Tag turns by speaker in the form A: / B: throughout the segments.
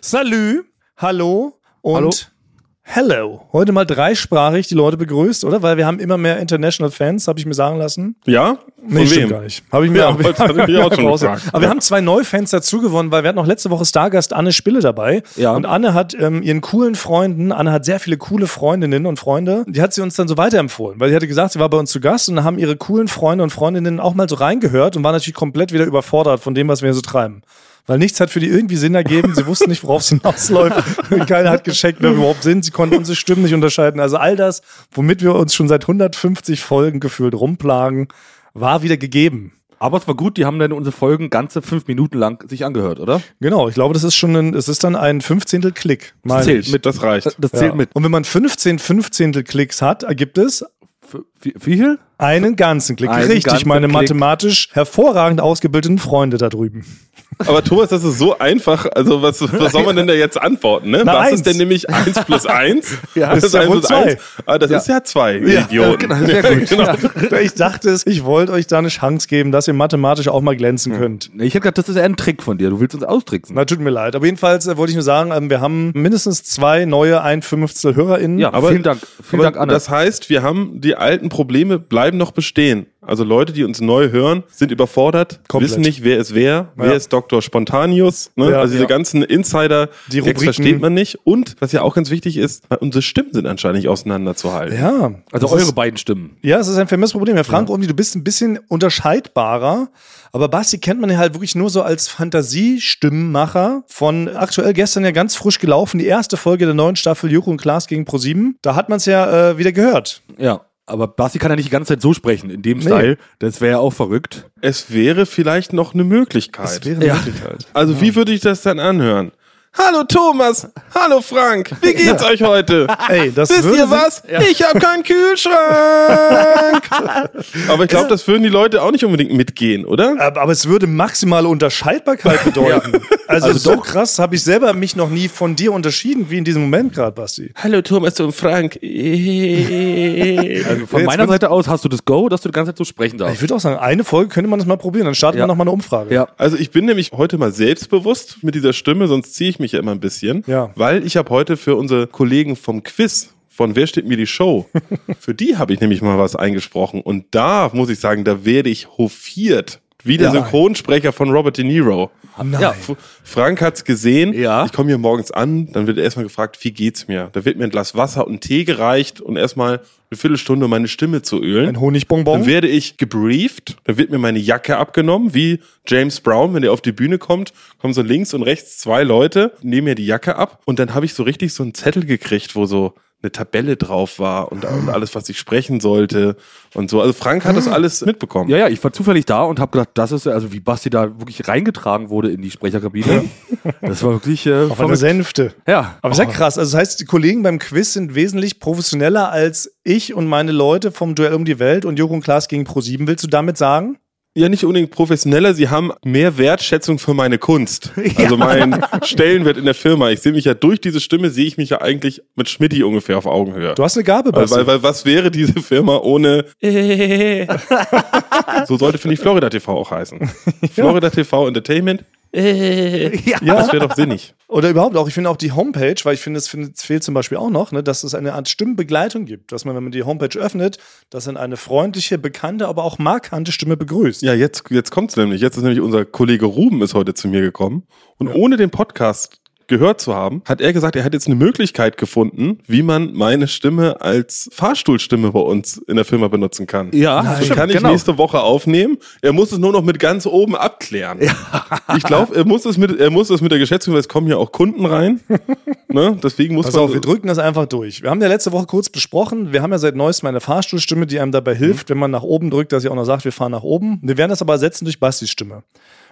A: Salü, hallo und hello. Heute mal dreisprachig die Leute begrüßt, oder? Weil wir haben immer mehr international Fans, habe ich mir sagen lassen.
B: Ja? Von
A: Nee, stimmt gar nicht. Habe ich mir
B: Ja,
A: hab ich-
B: das hatte ich auch schon
A: Pause.
B: gefragt.
A: Aber wir haben zwei Neufans dazu gewonnen, weil wir hatten auch letzte Woche Stargast Anne Spille dabei.
B: Ja.
A: Und Anne hat ähm, ihren coolen Freunden, Anne hat sehr viele coole Freundinnen und Freunde, die hat sie uns dann so weiterempfohlen, weil sie hatte gesagt, sie war bei uns zu Gast und dann haben ihre coolen Freunde und Freundinnen auch mal so reingehört und waren natürlich komplett wieder überfordert von dem, was wir so treiben. Weil nichts hat für die irgendwie Sinn ergeben. Sie wussten nicht, worauf es hinausläuft. Keiner hat gescheckt, wer wir überhaupt sind. Sie konnten unsere Stimmen nicht unterscheiden. Also all das, womit wir uns schon seit 150 Folgen gefühlt rumplagen, war wieder gegeben.
B: Aber es war gut, die haben dann unsere Folgen ganze fünf Minuten lang sich angehört, oder?
A: Genau, ich glaube, das ist schon ein, es ist dann ein 15. Klick. meine ich.
B: mit. Das reicht. Das
A: Ja. Und wenn man 15 15. Klicks hat, ergibt es
B: F- Wie wie viel?
A: einen ganzen Klick.
B: Einen
A: Richtig,
B: ganzen
A: meine
B: Klick.
A: mathematisch hervorragend ausgebildeten Freunde da drüben.
C: Aber Thomas, das ist so einfach. Also, was, was soll man denn da jetzt antworten? Ne?
A: Na,
C: was
A: eins.
C: ist denn nämlich 1 plus 1?
B: Ja,
A: ist ja wohl zwei.
C: Ah, das ist ja 2, ja. Idioten.
B: genau, sehr gut.
C: Genau.
A: Ich dachte es, ich wollte euch da eine Chance geben, dass ihr mathematisch auch mal glänzen könnt.
B: Nee, Ich hätte gedacht, das ist eher ein Trick von dir. Du willst uns austricksen.
A: Na, tut mir leid. Aber jedenfalls äh, wollte ich nur sagen, ähm, wir haben mindestens zwei neue ein Fünftel HörerInnen.
B: ja,
C: aber-
B: vielen Dank. Vielen
C: Aber
B: Dank, Anna.
C: Das heißt, wir haben die alten Probleme bleiben noch bestehen. Also Leute, die uns neu hören, sind überfordert,
A: Komplett.
C: wissen nicht, wer ist wer,
A: Ja.
C: wer ist Dr. Spontanius. Ne?
A: Ja,
C: also diese
A: ja.
C: ganzen Insider,
A: Die
C: Gags
A: Rubriken.
C: versteht man nicht. Und was ja auch ganz wichtig ist, unsere Stimmen sind anscheinend nicht auseinanderzuhalten.
A: ja.
B: also
A: das
B: eure
A: ist-
B: beiden Stimmen.
A: Ja, es ist ein vermessenes Problem. Herr Frank, Omni, du bist ein bisschen unterscheidbarer, aber Basti kennt man ja halt wirklich nur so als Fantasiestimmenmacher von aktuell gestern ja ganz frisch gelaufen, die erste Folge der neuen Staffel Joko und Klaas gegen ProSieben. Da hat man es ja äh, wieder gehört.
B: Ja. Aber Basti kann ja nicht die ganze Zeit so sprechen, in dem Style. Das wäre ja auch verrückt.
C: Es wäre vielleicht noch eine Möglichkeit.
A: eine
B: Ja.
A: Möglichkeit.
C: Also wie würde ich das dann anhören? Hallo Thomas, hallo Frank, wie geht's euch heute?
A: Ey, das
C: Wisst
A: würde
C: ihr
A: sich-
C: was? Ich habe keinen Kühlschrank. Aber ich glaube, das würden die Leute auch nicht unbedingt mitgehen, oder?
A: Aber, aber es würde maximale Unterscheidbarkeit bedeuten. also, so krass habe ich selber mich noch nie von dir unterschieden, wie in diesem Moment gerade, Basti.
C: Hallo Thomas und Frank.
B: Also von
A: Jetzt
B: meiner
A: wird-
B: Seite aus hast du das Go, dass du die ganze Zeit so sprechen
A: Ich
B: darfst.
A: würde auch sagen, eine Folge könnte man das mal probieren, dann startet
B: Ja.
A: man man nochmal eine Umfrage.
B: Ja.
C: Also ich bin nämlich heute mal selbstbewusst mit dieser Stimme, sonst ziehe ich mich ja immer ein bisschen.
A: Ja.
C: Weil ich habe heute für unsere Kollegen vom Quiz von Wer steht mir die Show, für die habe ich nämlich mal was eingesprochen. Und da muss ich sagen, da werde ich hofiert. Wie der
A: Ja.
C: Synchronsprecher von Robert De Niro.
A: Nein.
B: Ja.
C: F- Frank hat's gesehen.
B: Ja.
C: Ich komme hier morgens an, dann wird erstmal gefragt, wie geht's mir? Da wird mir ein Glas Wasser und Tee gereicht und erstmal eine Viertelstunde um meine Stimme zu ölen.
A: Ein Honigbonbon.
C: Dann werde ich gebrieft, dann wird mir meine Jacke abgenommen, wie James Brown, wenn er auf die Bühne kommt, kommen so links und rechts zwei Leute, nehmen mir die Jacke ab und dann habe ich so richtig so einen Zettel gekriegt, wo so eine Tabelle drauf war und, und alles, was ich sprechen sollte und so. Also Frank hat das alles mitbekommen.
B: Ja, ja, ich war zufällig da und habe gedacht, das ist, also wie Basti da wirklich reingetragen wurde in die Sprecherkabine. das war wirklich äh,
A: Auf eine
B: verrückt.
A: Sänfte.
B: Ja.
A: Aber ist ja
C: Oh.
A: krass. Also das heißt, die Kollegen beim Quiz sind wesentlich professioneller als ich und meine Leute vom Duell um die Welt und Joko und Klaas gegen Pro7. Willst du damit sagen?
C: ja nicht unbedingt professioneller, sie haben mehr Wertschätzung für meine Kunst. Also mein Stellenwert in der Firma. Ich sehe mich ja durch diese Stimme, sehe ich mich ja eigentlich mit Schmidti ungefähr auf Augenhöhe.
A: Du hast eine Gabe,
C: Weil,
A: Basti.
C: weil, weil was wäre diese Firma ohne So sollte, finde ich, Florida TV auch heißen. Florida TV Entertainment, das
A: ja.
C: wäre doch sinnig.
A: Oder überhaupt auch. Ich finde auch die Homepage, weil ich finde, es finde- es fehlt zum Beispiel auch noch, ne, dass es eine Art Stimmbegleitung gibt. Dass man, wenn man die Homepage öffnet, dass dann eine freundliche, bekannte, aber auch markante Stimme begrüßt.
C: Ja, jetzt, jetzt kommt's nämlich. Jetzt ist nämlich unser Kollege Ruben ist heute zu mir gekommen. Und ohne den Podcast gehört zu haben, hat er gesagt, er hat jetzt eine Möglichkeit gefunden, wie man meine Stimme als Fahrstuhlstimme bei uns in der Firma benutzen kann.
B: Ja,
C: das
B: stimmt,
C: kann ich
B: genau.
C: nächste Woche aufnehmen. Er muss es nur noch mit ganz oben abklären. Ich glaube, er muss es mit, er muss es mit der Geschäftsführung, weil es kommen ja auch Kunden rein. ne? Deswegen muss
A: Pass
C: man.
A: auf, wir drücken das einfach durch. Wir haben ja letzte Woche kurz besprochen, wir haben ja seit neuestem eine Fahrstuhlstimme, die einem dabei
B: Mhm.
A: hilft, wenn man nach oben drückt, dass sie auch noch sagt, wir fahren nach oben. Wir werden das aber ersetzen durch Bastis Stimme.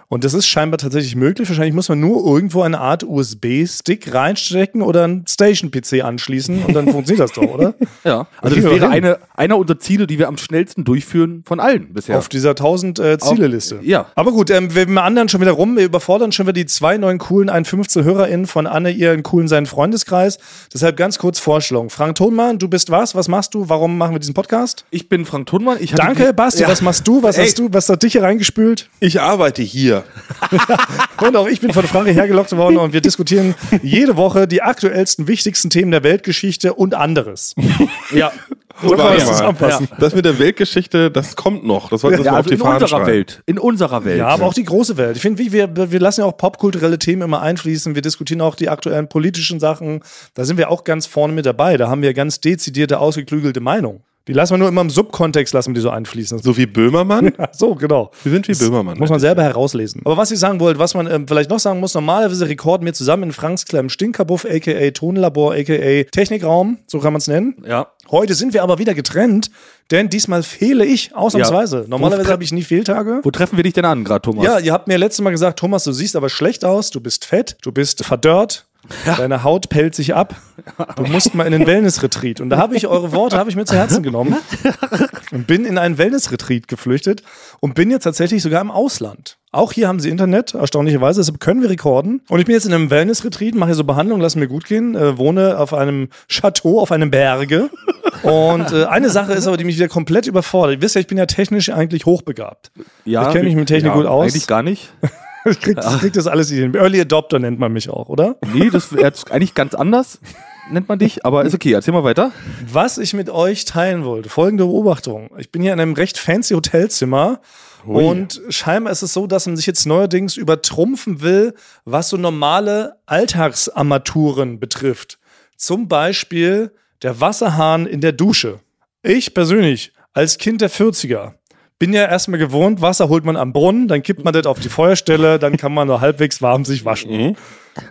A: Und das ist scheinbar tatsächlich möglich. Wahrscheinlich muss man nur irgendwo eine Art USB-Stick reinstecken oder einen Station-PC anschließen und dann funktioniert das doch, oder?
B: Ja, also
A: Kriegen
B: das
A: wir
B: wäre
A: hin.
B: eine, einer unserer Ziele, die wir am schnellsten durchführen von allen bisher.
A: Auf dieser 1000 äh, Ziele-Liste.
B: Auf- ja.
A: Aber gut, ähm, wir wir anderen schon wieder rum. Wir überfordern schon wieder die zwei neuen coolen 1,15 HörerInnen von Anne, ihren coolen seinen Freundeskreis. Deshalb ganz kurz Vorstellung. Frank Thonmann, du bist was? Was machst du? Warum machen wir diesen Podcast?
B: Ich bin Frank Thunmann. Ich hatte
A: Danke, Basti.
B: Ja.
A: Was machst du? Was
B: Ey.
A: hast du? Was hat dich hier reingespült?
C: Ich arbeite hier. Flieger.
A: Und auch ich bin von der Frage hergelockt worden und wir diskutieren jede Woche die aktuellsten, wichtigsten Themen der Weltgeschichte und anderes.
B: Ja.
A: So kann man das
C: Warte mal.
A: zusammenfassen.
C: Das mit der Weltgeschichte, das kommt noch. Das solltest du
B: ja
C: mal auf
B: also
C: die
B: in
C: Fahne
B: unserer
C: schreiben.
B: Welt. In unserer Welt.
A: Ja, aber auch die große Welt. Ich finde, wie wir, wir lassen ja auch popkulturelle Themen immer einfließen. Wir diskutieren auch die aktuellen politischen Sachen. Da sind wir auch ganz vorne mit dabei. Da haben wir ganz dezidierte, ausgeklügelte Meinung. Die lassen wir nur immer im Subkontext, lassen wir die so einfließen. So,
C: So wie Böhmermann?
A: so genau.
C: Wir sind wie Böhmermann.
A: Muss man selber herauslesen. Aber was ich sagen wollte, was man ähm, vielleicht noch sagen muss, normalerweise rekorden wir zusammen in Franks kleinem Stinkerbuff, aka Tonlabor, aka Technikraum, so kann man es nennen.
B: ja.
A: Heute sind wir aber wieder getrennt, denn diesmal fehle ich ausnahmsweise.
B: Ja.
A: Normalerweise
B: Wo-
A: habe ich nie Fehltage.
B: Wo treffen wir dich denn an, gerade Thomas?
A: Ja, ihr habt mir letztes Mal gesagt, Thomas, du siehst aber schlecht aus, du bist fett, du bist verdörrt. Deine Haut pellt sich ab. Du musst mal in den Wellness-Retreat. Und da habe ich eure Worte, habe ich mir zu Herzen genommen und bin in einen Wellness-Retreat geflüchtet und bin jetzt tatsächlich sogar im Ausland. Auch hier haben sie Internet, erstaunlicherweise, deshalb können wir rekorden. Und ich bin jetzt in einem Wellness-Retreat, mache hier so Behandlung, lass mir gut gehen, äh, wohne auf einem Chateau, auf einem Berge. Und äh, eine Sache ist aber, die mich wieder komplett überfordert. Ihr wisst ja, ich bin ja technisch eigentlich hochbegabt. ich kenne mich mit Technik
B: ja,
A: gut aus.
B: Eigentlich gar nicht.
A: Ich krieg, ich krieg das alles hin. Early Adopter nennt man mich auch, oder?
B: Nee, das ist eigentlich ganz anders, nennt man dich. Aber ist okay, erzähl mal weiter.
A: Was ich mit euch teilen wollte, folgende Beobachtung. Ich bin hier in einem recht fancy Hotelzimmer und scheinbar ist es so, dass man sich jetzt neuerdings übertrumpfen will, was so normale Alltagsamaturen betrifft. Zum Beispiel der Wasserhahn in der Dusche. Ich persönlich, als Kind der 40er, bin ja erstmal gewohnt, Wasser holt man am Brunnen, dann kippt man das auf die Feuerstelle, dann kann man nur halbwegs warm sich waschen.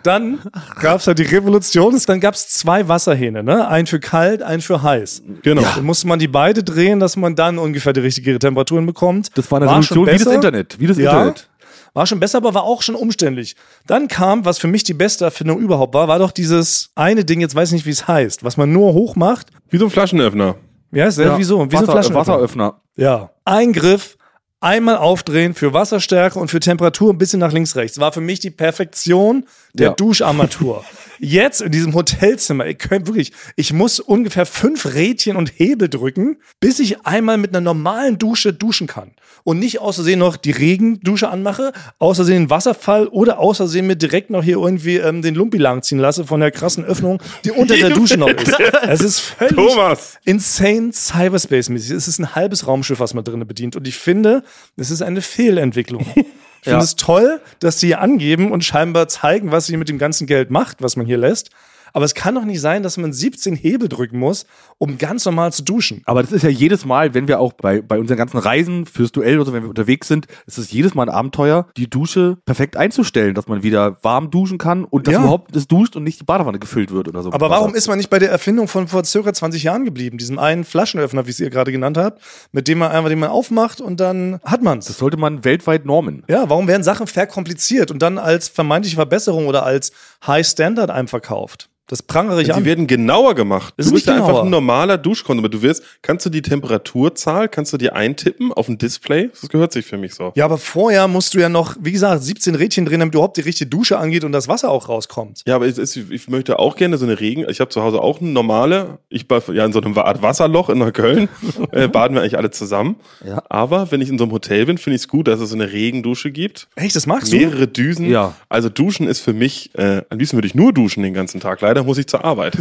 A: Dann gab es ja die Revolution, dann gab es zwei Wasserhähne, ne? Ein für kalt, ein für heiß.
C: Genau.
A: Dann musste man die beide drehen, dass man dann ungefähr die richtige Temperaturen bekommt.
B: Das war eine
A: schon
B: Revolution wie das
A: besser.
B: Internet. Wie das
A: Ja.
B: Internet.
A: War schon besser, aber war auch schon umständlich. Dann kam, was für mich die beste Erfindung überhaupt war, war doch dieses eine Ding, jetzt weiß ich nicht, wie es heißt, was man nur hoch macht.
C: Wie so ein Flaschenöffner.
A: Ja, ist ja. Äh, wieso? Wie so ein
B: Wasser,
A: Flaschenöffner.
B: Wasseröffner.
A: Ja. Eingriff, einmal aufdrehen für Wasserstärke und für Temperatur ein bisschen nach links, rechts. War für mich die Perfektion der
B: Ja.
A: Duscharmatur. Jetzt in diesem Hotelzimmer, ich könnt wirklich, ich muss ungefähr fünf Rädchen und Hebel drücken, bis ich einmal mit einer normalen Dusche duschen kann. Und nicht außersehen noch die Regendusche anmache, außersehen den Wasserfall oder außersehen mir direkt noch hier irgendwie ähm, den Lumpi langziehen lasse von der krassen Öffnung, die unter der Dusche noch ist. Es ist völlig
C: Thomas!
A: insane Cyberspace-mäßig. Es ist ein halbes Raumschiff, was man drinnen bedient. Und ich finde, es ist eine Fehlentwicklung. Ich finde
B: Ja.
A: es toll, dass sie hier angeben und scheinbar zeigen, was sie mit dem ganzen Geld macht, was man hier lässt. Aber es kann doch nicht sein, dass man 17 Hebel drücken muss, um ganz normal zu duschen.
B: Aber das ist ja jedes Mal, wenn wir auch bei, bei unseren ganzen Reisen fürs Duell oder so, wenn wir unterwegs sind, ist es jedes Mal ein Abenteuer, die Dusche perfekt einzustellen, dass man wieder warm duschen kann und dass
A: Ja.
B: überhaupt das duscht und nicht die Badewanne gefüllt wird oder so. Also,
A: Aber warum ist man nicht bei der Erfindung von vor circa 20 Jahren geblieben? Diesem einen Flaschenöffner, wie es ihr gerade genannt habt, mit dem man einfach den man aufmacht und dann hat man es.
B: Das sollte man weltweit normen.
A: Ja, warum werden Sachen verkompliziert und dann als vermeintliche Verbesserung oder als High Standard einem verkauft? Das prangere ich
C: Die
A: an.
C: werden genauer gemacht.
A: Das
C: du
A: ist nicht
C: bist ja einfach
A: genauer.
C: ein normaler Duschkonsument. Du wirst, kannst du die Temperaturzahl, kannst du dir eintippen auf ein Display? Das gehört sich für mich so.
A: Ja, aber vorher musst du ja noch, wie gesagt, 17 Rädchen drehen, damit überhaupt die richtige Dusche angeht und das Wasser auch rauskommt.
C: Ja, aber es ist, ich möchte auch gerne so eine Regen. Ich habe zu Hause auch eine normale. Ich bad ja in so einem Art Wasserloch in Neukölln. äh, baden wir eigentlich alle zusammen.
B: Ja.
C: Aber wenn ich in so einem Hotel bin, finde ich es gut, dass es so eine Regendusche gibt.
A: Echt, das magst du?
C: Mehrere Düsen.
B: Ja.
C: Also Duschen ist für mich, äh, am liebsten würde ich nur duschen den ganzen Tag. Leider muss ich zur Arbeit.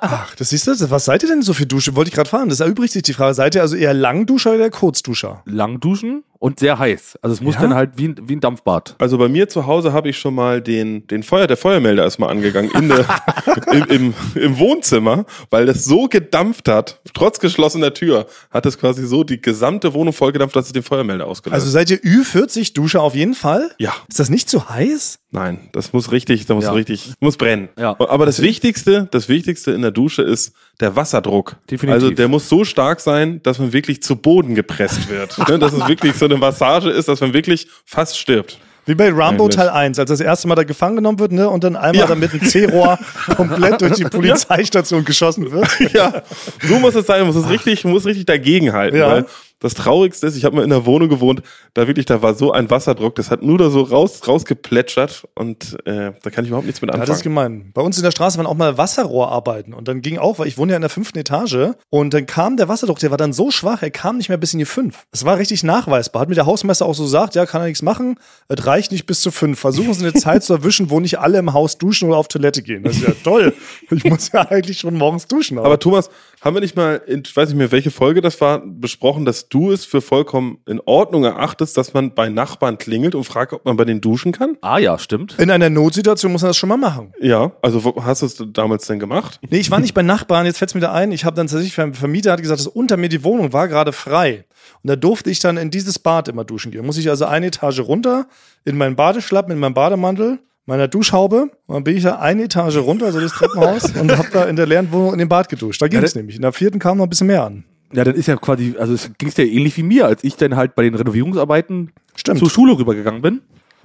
A: Ach, das siehst du, was seid ihr denn so für Dusche? Wollte ich gerade fragen. Das erübrigt sich die Frage. Seid ihr also eher Langduscher oder Kurzduscher?
B: Lang duschen und sehr heiß. Also es muss
A: Ja?
B: dann halt wie ein, wie ein Dampfbad.
C: Also bei mir zu Hause habe ich schon mal den, den Feuer, der Feuermelder ist mal angegangen in der, im, im, im Wohnzimmer, weil das so gedampft hat, trotz geschlossener Tür, hat es quasi so die gesamte Wohnung vollgedampft, dass es den Feuermelder ausgelöst
A: Also
C: hat.
A: seid ihr Ü40-Duscher auf jeden Fall?
C: Ja,
A: Ist das nicht zu heiß?
C: nein, das muss richtig, das muss
B: Ja.
C: richtig, muss brennen.
B: Ja.
C: Aber das Wichtigste, das Wichtigste in der Dusche ist der Wasserdruck.
B: Definitiv.
C: Also der muss so stark sein, dass man wirklich zu Boden gepresst wird. Ne, dass es wirklich so eine Massage ist, dass man wirklich fast stirbt.
A: Wie bei Rambo
C: Eigentlich.
A: Teil 1, als das erste Mal da gefangen genommen wird, ne? Und dann einmal
C: Ja.
A: da mit einem C-Rohr komplett durch die Polizeistation geschossen wird.
C: Ja, so muss es sein, muss es richtig, muss richtig dagegenhalten.
A: Ja.
C: Weil Das Traurigste ist, ich habe mal in einer Wohnung gewohnt, da wirklich, da war so ein Wasserdruck, das hat nur da so raus, rausgeplätschert und äh, da kann ich überhaupt nichts mit
A: Ja, das ist
C: anfangen.
A: gemein. Bei uns in der Straße waren auch mal Wasserrohrarbeiten und dann ging auch, weil ich wohne ja in der fünften Etage und dann kam der Wasserdruck, der war dann so schwach, er kam nicht mehr bis in die fünf. Es war richtig nachweisbar. Hat mir der Hausmeister auch so gesagt, ja, kann er nichts machen, es reicht nicht bis zu fünf. Versuchen Sie eine Zeit zu erwischen, wo nicht alle im Haus duschen oder auf Toilette gehen. Das ist ja toll. Ich muss ja eigentlich schon morgens duschen.
C: Aber Thomas, haben wir nicht mal, in, ich weiß nicht mehr, welche Folge das war, besprochen, dass du es für vollkommen in Ordnung erachtest, dass man bei Nachbarn klingelt und fragt, ob man bei denen duschen kann?
B: Ah ja, stimmt.
A: in einer Notsituation muss man das schon mal machen.
C: Ja. Also wo- hast du es damals denn gemacht?
A: Nee, ich war nicht bei Nachbarn, jetzt fällt es mir da ein. Ich habe dann tatsächlich, mein Vermieter hat gesagt, dass unter mir die Wohnung war gerade frei. Und da durfte ich dann in dieses Bad immer duschen gehen. Muss ich also eine Etage runter, in meinen Badeschlappen, in meinem Bademantel, meiner Duschhaube. Und dann bin ich da eine Etage runter, also das Treppenhaus, und habe da in der leeren Wohnung in dem Bad geduscht. Da ging es
B: das-
A: nämlich. In der vierten kam noch ein bisschen mehr an.
B: Ja, dann ist ja quasi, also es ging es ja ähnlich wie mir, als ich dann halt bei den Renovierungsarbeiten
A: Stimmt.
B: zur Schule rübergegangen bin.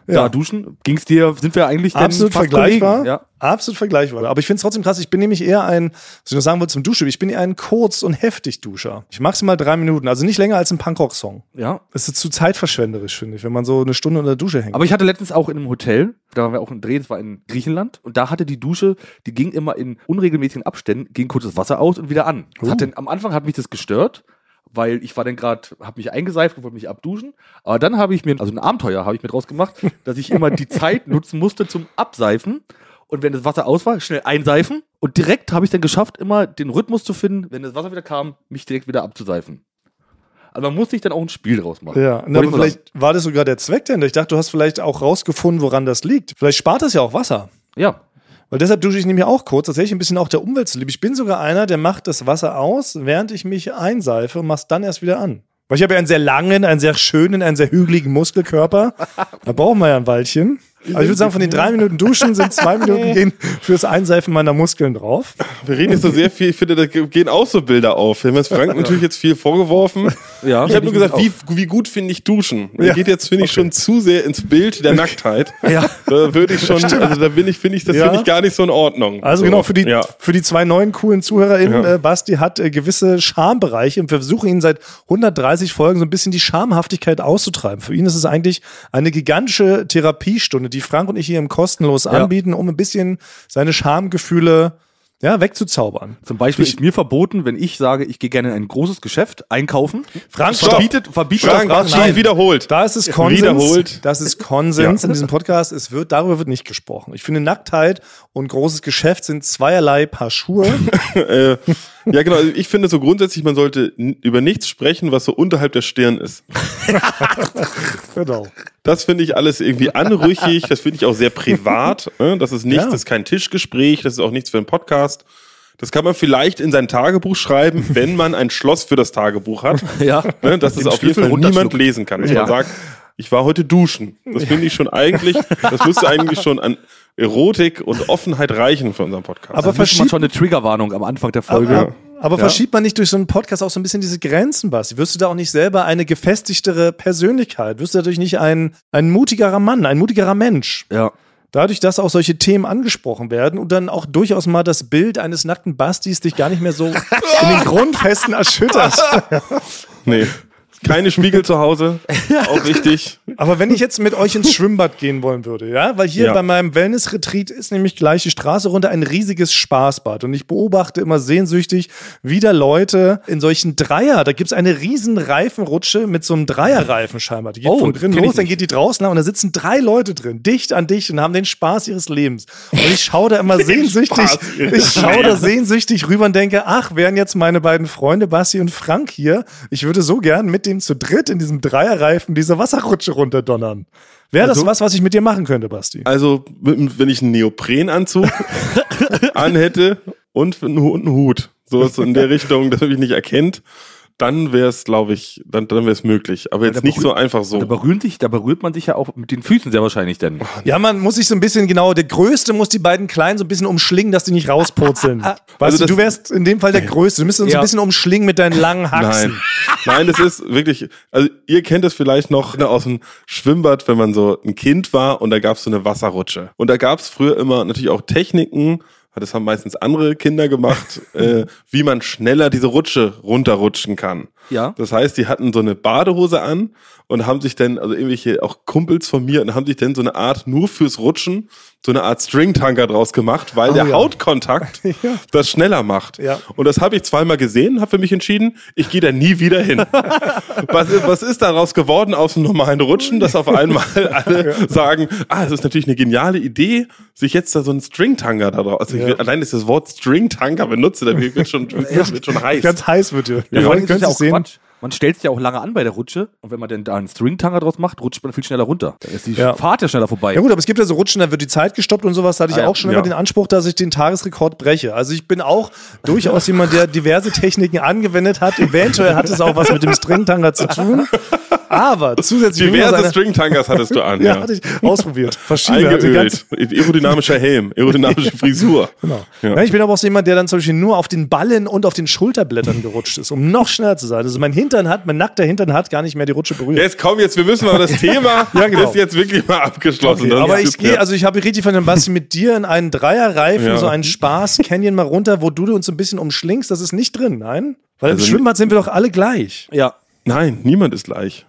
B: Da duschen, ging es dir, sind wir eigentlich dann
A: Absolut
B: fast
A: vergleichbar.
B: Kollegen, Ja.
A: Absolut vergleichbar. Aber ich finde es trotzdem krass. Ich bin nämlich eher ein, was ich noch sagen wollte zum Dusche, ich bin eher ein kurz- und heftig Duscher. Ich maximal drei Minuten, also nicht länger als ein Punkrock-Song.
B: ja.
A: Es ist zu zeitverschwenderisch, finde ich, wenn man so eine Stunde unter der Dusche hängt.
B: Aber ich hatte letztens auch in einem Hotel, da waren wir auch im Dreh, das war in Griechenland, und da hatte die Dusche, die ging immer in unregelmäßigen Abständen, ging kurz das Wasser aus und wieder an. Das
A: Oh.
B: hat dann, am Anfang hat mich das gestört, weil ich war dann gerade, habe mich eingeseift und wollte mich abduschen. Aber dann habe ich mir, also ein Abenteuer habe ich mir draus gemacht, dass ich immer die Zeit nutzen musste zum Abseifen. Und wenn das Wasser aus war, schnell einseifen. Und direkt habe ich dann geschafft, immer den Rhythmus zu finden, wenn das Wasser wieder kam, mich direkt wieder abzuseifen. Also man musste sich dann auch ein Spiel draus machen.
A: ja,
B: Wollte
A: na,
B: ich
A: aber
B: nur sagen.
A: vielleicht war das sogar der Zweck denn. Ich dachte, du hast vielleicht auch rausgefunden, woran das liegt. Vielleicht spart das ja auch Wasser.
B: ja.
A: Weil deshalb dusche ich nämlich auch kurz, tatsächlich ein bisschen auch der Umwelt zuliebe. Ich bin sogar einer, der macht das Wasser aus, während ich mich einseife und mach's dann erst wieder an. Weil ich habe ja einen sehr langen, einen sehr schönen, einen sehr hügeligen Muskelkörper. Da brauchen wir ja ein Weilchen. Also ich würde sagen, von den drei Minuten Duschen sind zwei Minuten gehen fürs Einseifen meiner Muskeln drauf.
C: Wir reden jetzt so sehr viel, ich finde, da gehen auch so Bilder auf. Wir haben jetzt Frank natürlich jetzt viel vorgeworfen.
B: Ja.
C: Ich habe nur gesagt,
B: Auch.
C: wie, wie gut finde ich Duschen? Er
A: Ja.
C: geht jetzt, finde ich, schon zu sehr ins Bild der Nacktheit.
B: Ja.
C: Da würde ich schon, also da bin ich, finde ich, das
A: Ja.
C: finde ich gar nicht so in Ordnung.
A: Also
C: so,
A: genau, für die,
C: Ja.
A: für die zwei neuen coolen ZuhörerInnen,
C: Ja.
A: äh, Basti hat äh, gewisse Schambereiche und wir versuchen ihn seit 130 Folgen so ein bisschen die Schamhaftigkeit auszutreiben. Für ihn ist es eigentlich eine gigantische Therapiestunde, die Frank und ich hier im kostenlos anbieten, um ein bisschen seine Schamgefühle ja, wegzuzaubern.
B: Zum Beispiel ist mir verboten, wenn ich sage, ich gehe gerne in ein großes Geschäft einkaufen.
A: Frank,
B: Das verbietet, verbietet
C: Frank,
B: das
C: was schon
A: nein.
C: wiederholt.
A: Da ist es Konsens.
C: Wiederholt.
A: Das ist Konsens in diesem Podcast. Es wird, darüber wird nicht gesprochen. Ich finde, Nacktheit und großes Geschäft sind zweierlei Paar Schuhe.
C: äh, ja, genau. Also ich finde so grundsätzlich, man sollte n- über nichts sprechen, was so unterhalb der Stirn ist.
A: genau.
C: Das finde ich alles irgendwie anrüchig. Das finde ich auch sehr privat. äh, Das ist nichts,
A: Ja.
C: das ist kein Tischgespräch, das ist auch nichts für einen Podcast. Das kann man vielleicht in sein Tagebuch schreiben, wenn man ein Schloss für das Tagebuch hat.
B: Ja.
C: Ne, dass es
B: Den
C: auf jeden
B: Schlüssel
C: Fall niemand
B: runterschluckt.
C: lesen kann. Dass
B: Ja.
C: man sagt, ich war heute duschen. Das finde ich schon eigentlich, das müsste eigentlich schon an Erotik und Offenheit reichen für unseren Podcast.
A: Aber
B: Da müsste man
A: verschiebt
B: schon eine Triggerwarnung am Anfang der Folge.
A: Aber, aber
B: Ja.
A: verschiebt man nicht durch so einen Podcast auch so ein bisschen diese Grenzen, Basti? Wirst du da auch nicht selber eine gefestigtere Persönlichkeit? Wirst du dadurch nicht ein, ein mutigerer Mann, ein mutigerer Mensch?
B: Ja.
A: Dadurch, dass auch solche Themen angesprochen werden und dann auch durchaus mal das Bild eines nackten Bastis dich gar nicht mehr so in den Grundfesten erschüttert.
C: nee. Keine Spiegel zu Hause. Auch wichtig.
A: Aber wenn ich jetzt mit euch ins Schwimmbad gehen wollen würde, ja, weil hier
C: Ja.
A: bei meinem Wellness-Retreat ist nämlich gleich die Straße runter ein riesiges Spaßbad und ich beobachte immer sehnsüchtig, wie da Leute in solchen Dreier, da gibt's eine riesen Reifenrutsche mit so einem Dreierreifen scheinbar. Die geht
B: Oh,
A: von drin
B: kenn ich
A: los, dann
B: nicht.
A: geht die draußen lang und da sitzen drei Leute drin, dicht an dicht und haben den Spaß ihres Lebens. Und ich schaue da immer sehnsüchtig,
C: Spaß ihres
A: ich schaue da
C: Lebens.
A: sehnsüchtig rüber und denke, ach, wären jetzt meine beiden Freunde Basti und Frank hier. Ich würde so gern mit dem zu dritt in diesem Dreierreifen diese Wasserrutsche runterdonnern. Wäre
B: Also-
A: das was, was ich mit dir machen könnte, Basti?
C: Also, mit- wenn ich einen Neoprenanzug anhätte und einen Hu- einen Hut, so ist so in der Richtung, dass man mich nicht erkennt, dann wäre es, glaube ich, dann, dann wäre es möglich. Aber jetzt
B: da
C: nicht so
B: berührt-
C: einfach
B: Da,
C: so.
B: berührt sich, da berührt man sich ja auch mit den Füßen sehr wahrscheinlich denn.
A: Ja, man muss sich so ein bisschen, genau, der Größte muss die beiden Kleinen so ein bisschen umschlingen, dass die nicht rauspurzeln. Basti,
C: Also das-
A: du wärst in dem Fall der Größte. Du müsstest uns
B: Ja.
A: ein bisschen umschlingen mit deinen langen Haxen.
C: Nein. Nein, das ist wirklich, also ihr kennt das vielleicht noch ne, aus dem Schwimmbad, wenn man so ein Kind war und da gab's so eine Wasserrutsche. Und da gab's früher immer natürlich auch Techniken, das haben meistens andere Kinder gemacht, äh, wie man schneller diese Rutsche runterrutschen kann.
B: Ja.
C: Das heißt, die hatten so eine Badehose an und haben sich dann, also irgendwelche auch Kumpels von mir, und haben sich dann so eine Art nur fürs Rutschen, so eine Art Stringtanker draus gemacht, weil der
A: Oh ja.
C: Hautkontakt das schneller macht.
A: Ja.
C: Und das habe ich zweimal gesehen, habe für mich entschieden, ich gehe da nie wieder hin. was, ist, was ist daraus geworden aus dem normalen Rutschen, dass auf einmal alle sagen, ah, es ist natürlich eine geniale Idee, sich jetzt da so einen Stringtanker da drauf. Also ich
A: Ja.
C: will, allein, dass ich das Wort Stringtanker benutze, da wird schon, wird schon heiß.
A: Ganz heiß wird dir.
B: Ja,
A: Wir
B: vor
A: wollen
B: allem ist es
A: können
B: ja
A: es
B: auch
A: sehen.
B: Quatsch. Man stellt sich ja auch lange an bei der Rutsche und wenn man denn da einen Stringtanger draus macht, rutscht man viel schneller runter. Da ist die
A: Ja.
B: Fahrt ja schneller vorbei.
A: Ja gut, aber es gibt ja so Rutschen, da wird die Zeit gestoppt und sowas. Da hatte ich
B: Ah, ja.
A: auch schon
C: Ja.
A: immer den Anspruch, dass ich den Tagesrekord breche. Also ich bin auch durchaus jemand, der diverse Techniken angewendet hat. Eventuell hat es auch was mit dem Stringtanger zu tun. Aber zusätzlich bin ich aus
C: Diverse
A: einer-
C: Stringtankers hattest du an,
A: ja,
C: ja.
A: hatte ich ausprobiert. Verschiedene. Hatte ganz,
C: Eingeölt, aerodynamischer Helm, aerodynamische Frisur.
A: genau.
C: Ja.
A: Ja, ich bin aber auch so jemand, der dann zum Beispiel nur auf den Ballen und auf den Schulterblättern gerutscht ist, um noch schneller zu sein. Also mein Hintern hat, mein nackter Hintern hat gar nicht mehr die Rutsche berührt.
C: Jetzt komm, jetzt, wir müssen mal das Thema
A: Ja, genau.
C: ist jetzt wirklich mal abgeschlossen.
A: Okay,
C: Das
A: aber
C: ist-
A: ich gehe, also ich habe richtig von dem Basti mit dir in einen Dreierreifen,
C: Ja.
A: so einen Spaß, Canyon mal runter, wo du uns so ein bisschen umschlingst, das ist nicht drin, nein? Weil
C: Also
A: im Schwimmbad sind wir doch alle gleich.
B: Ja.
C: Nein, niemand ist gleich.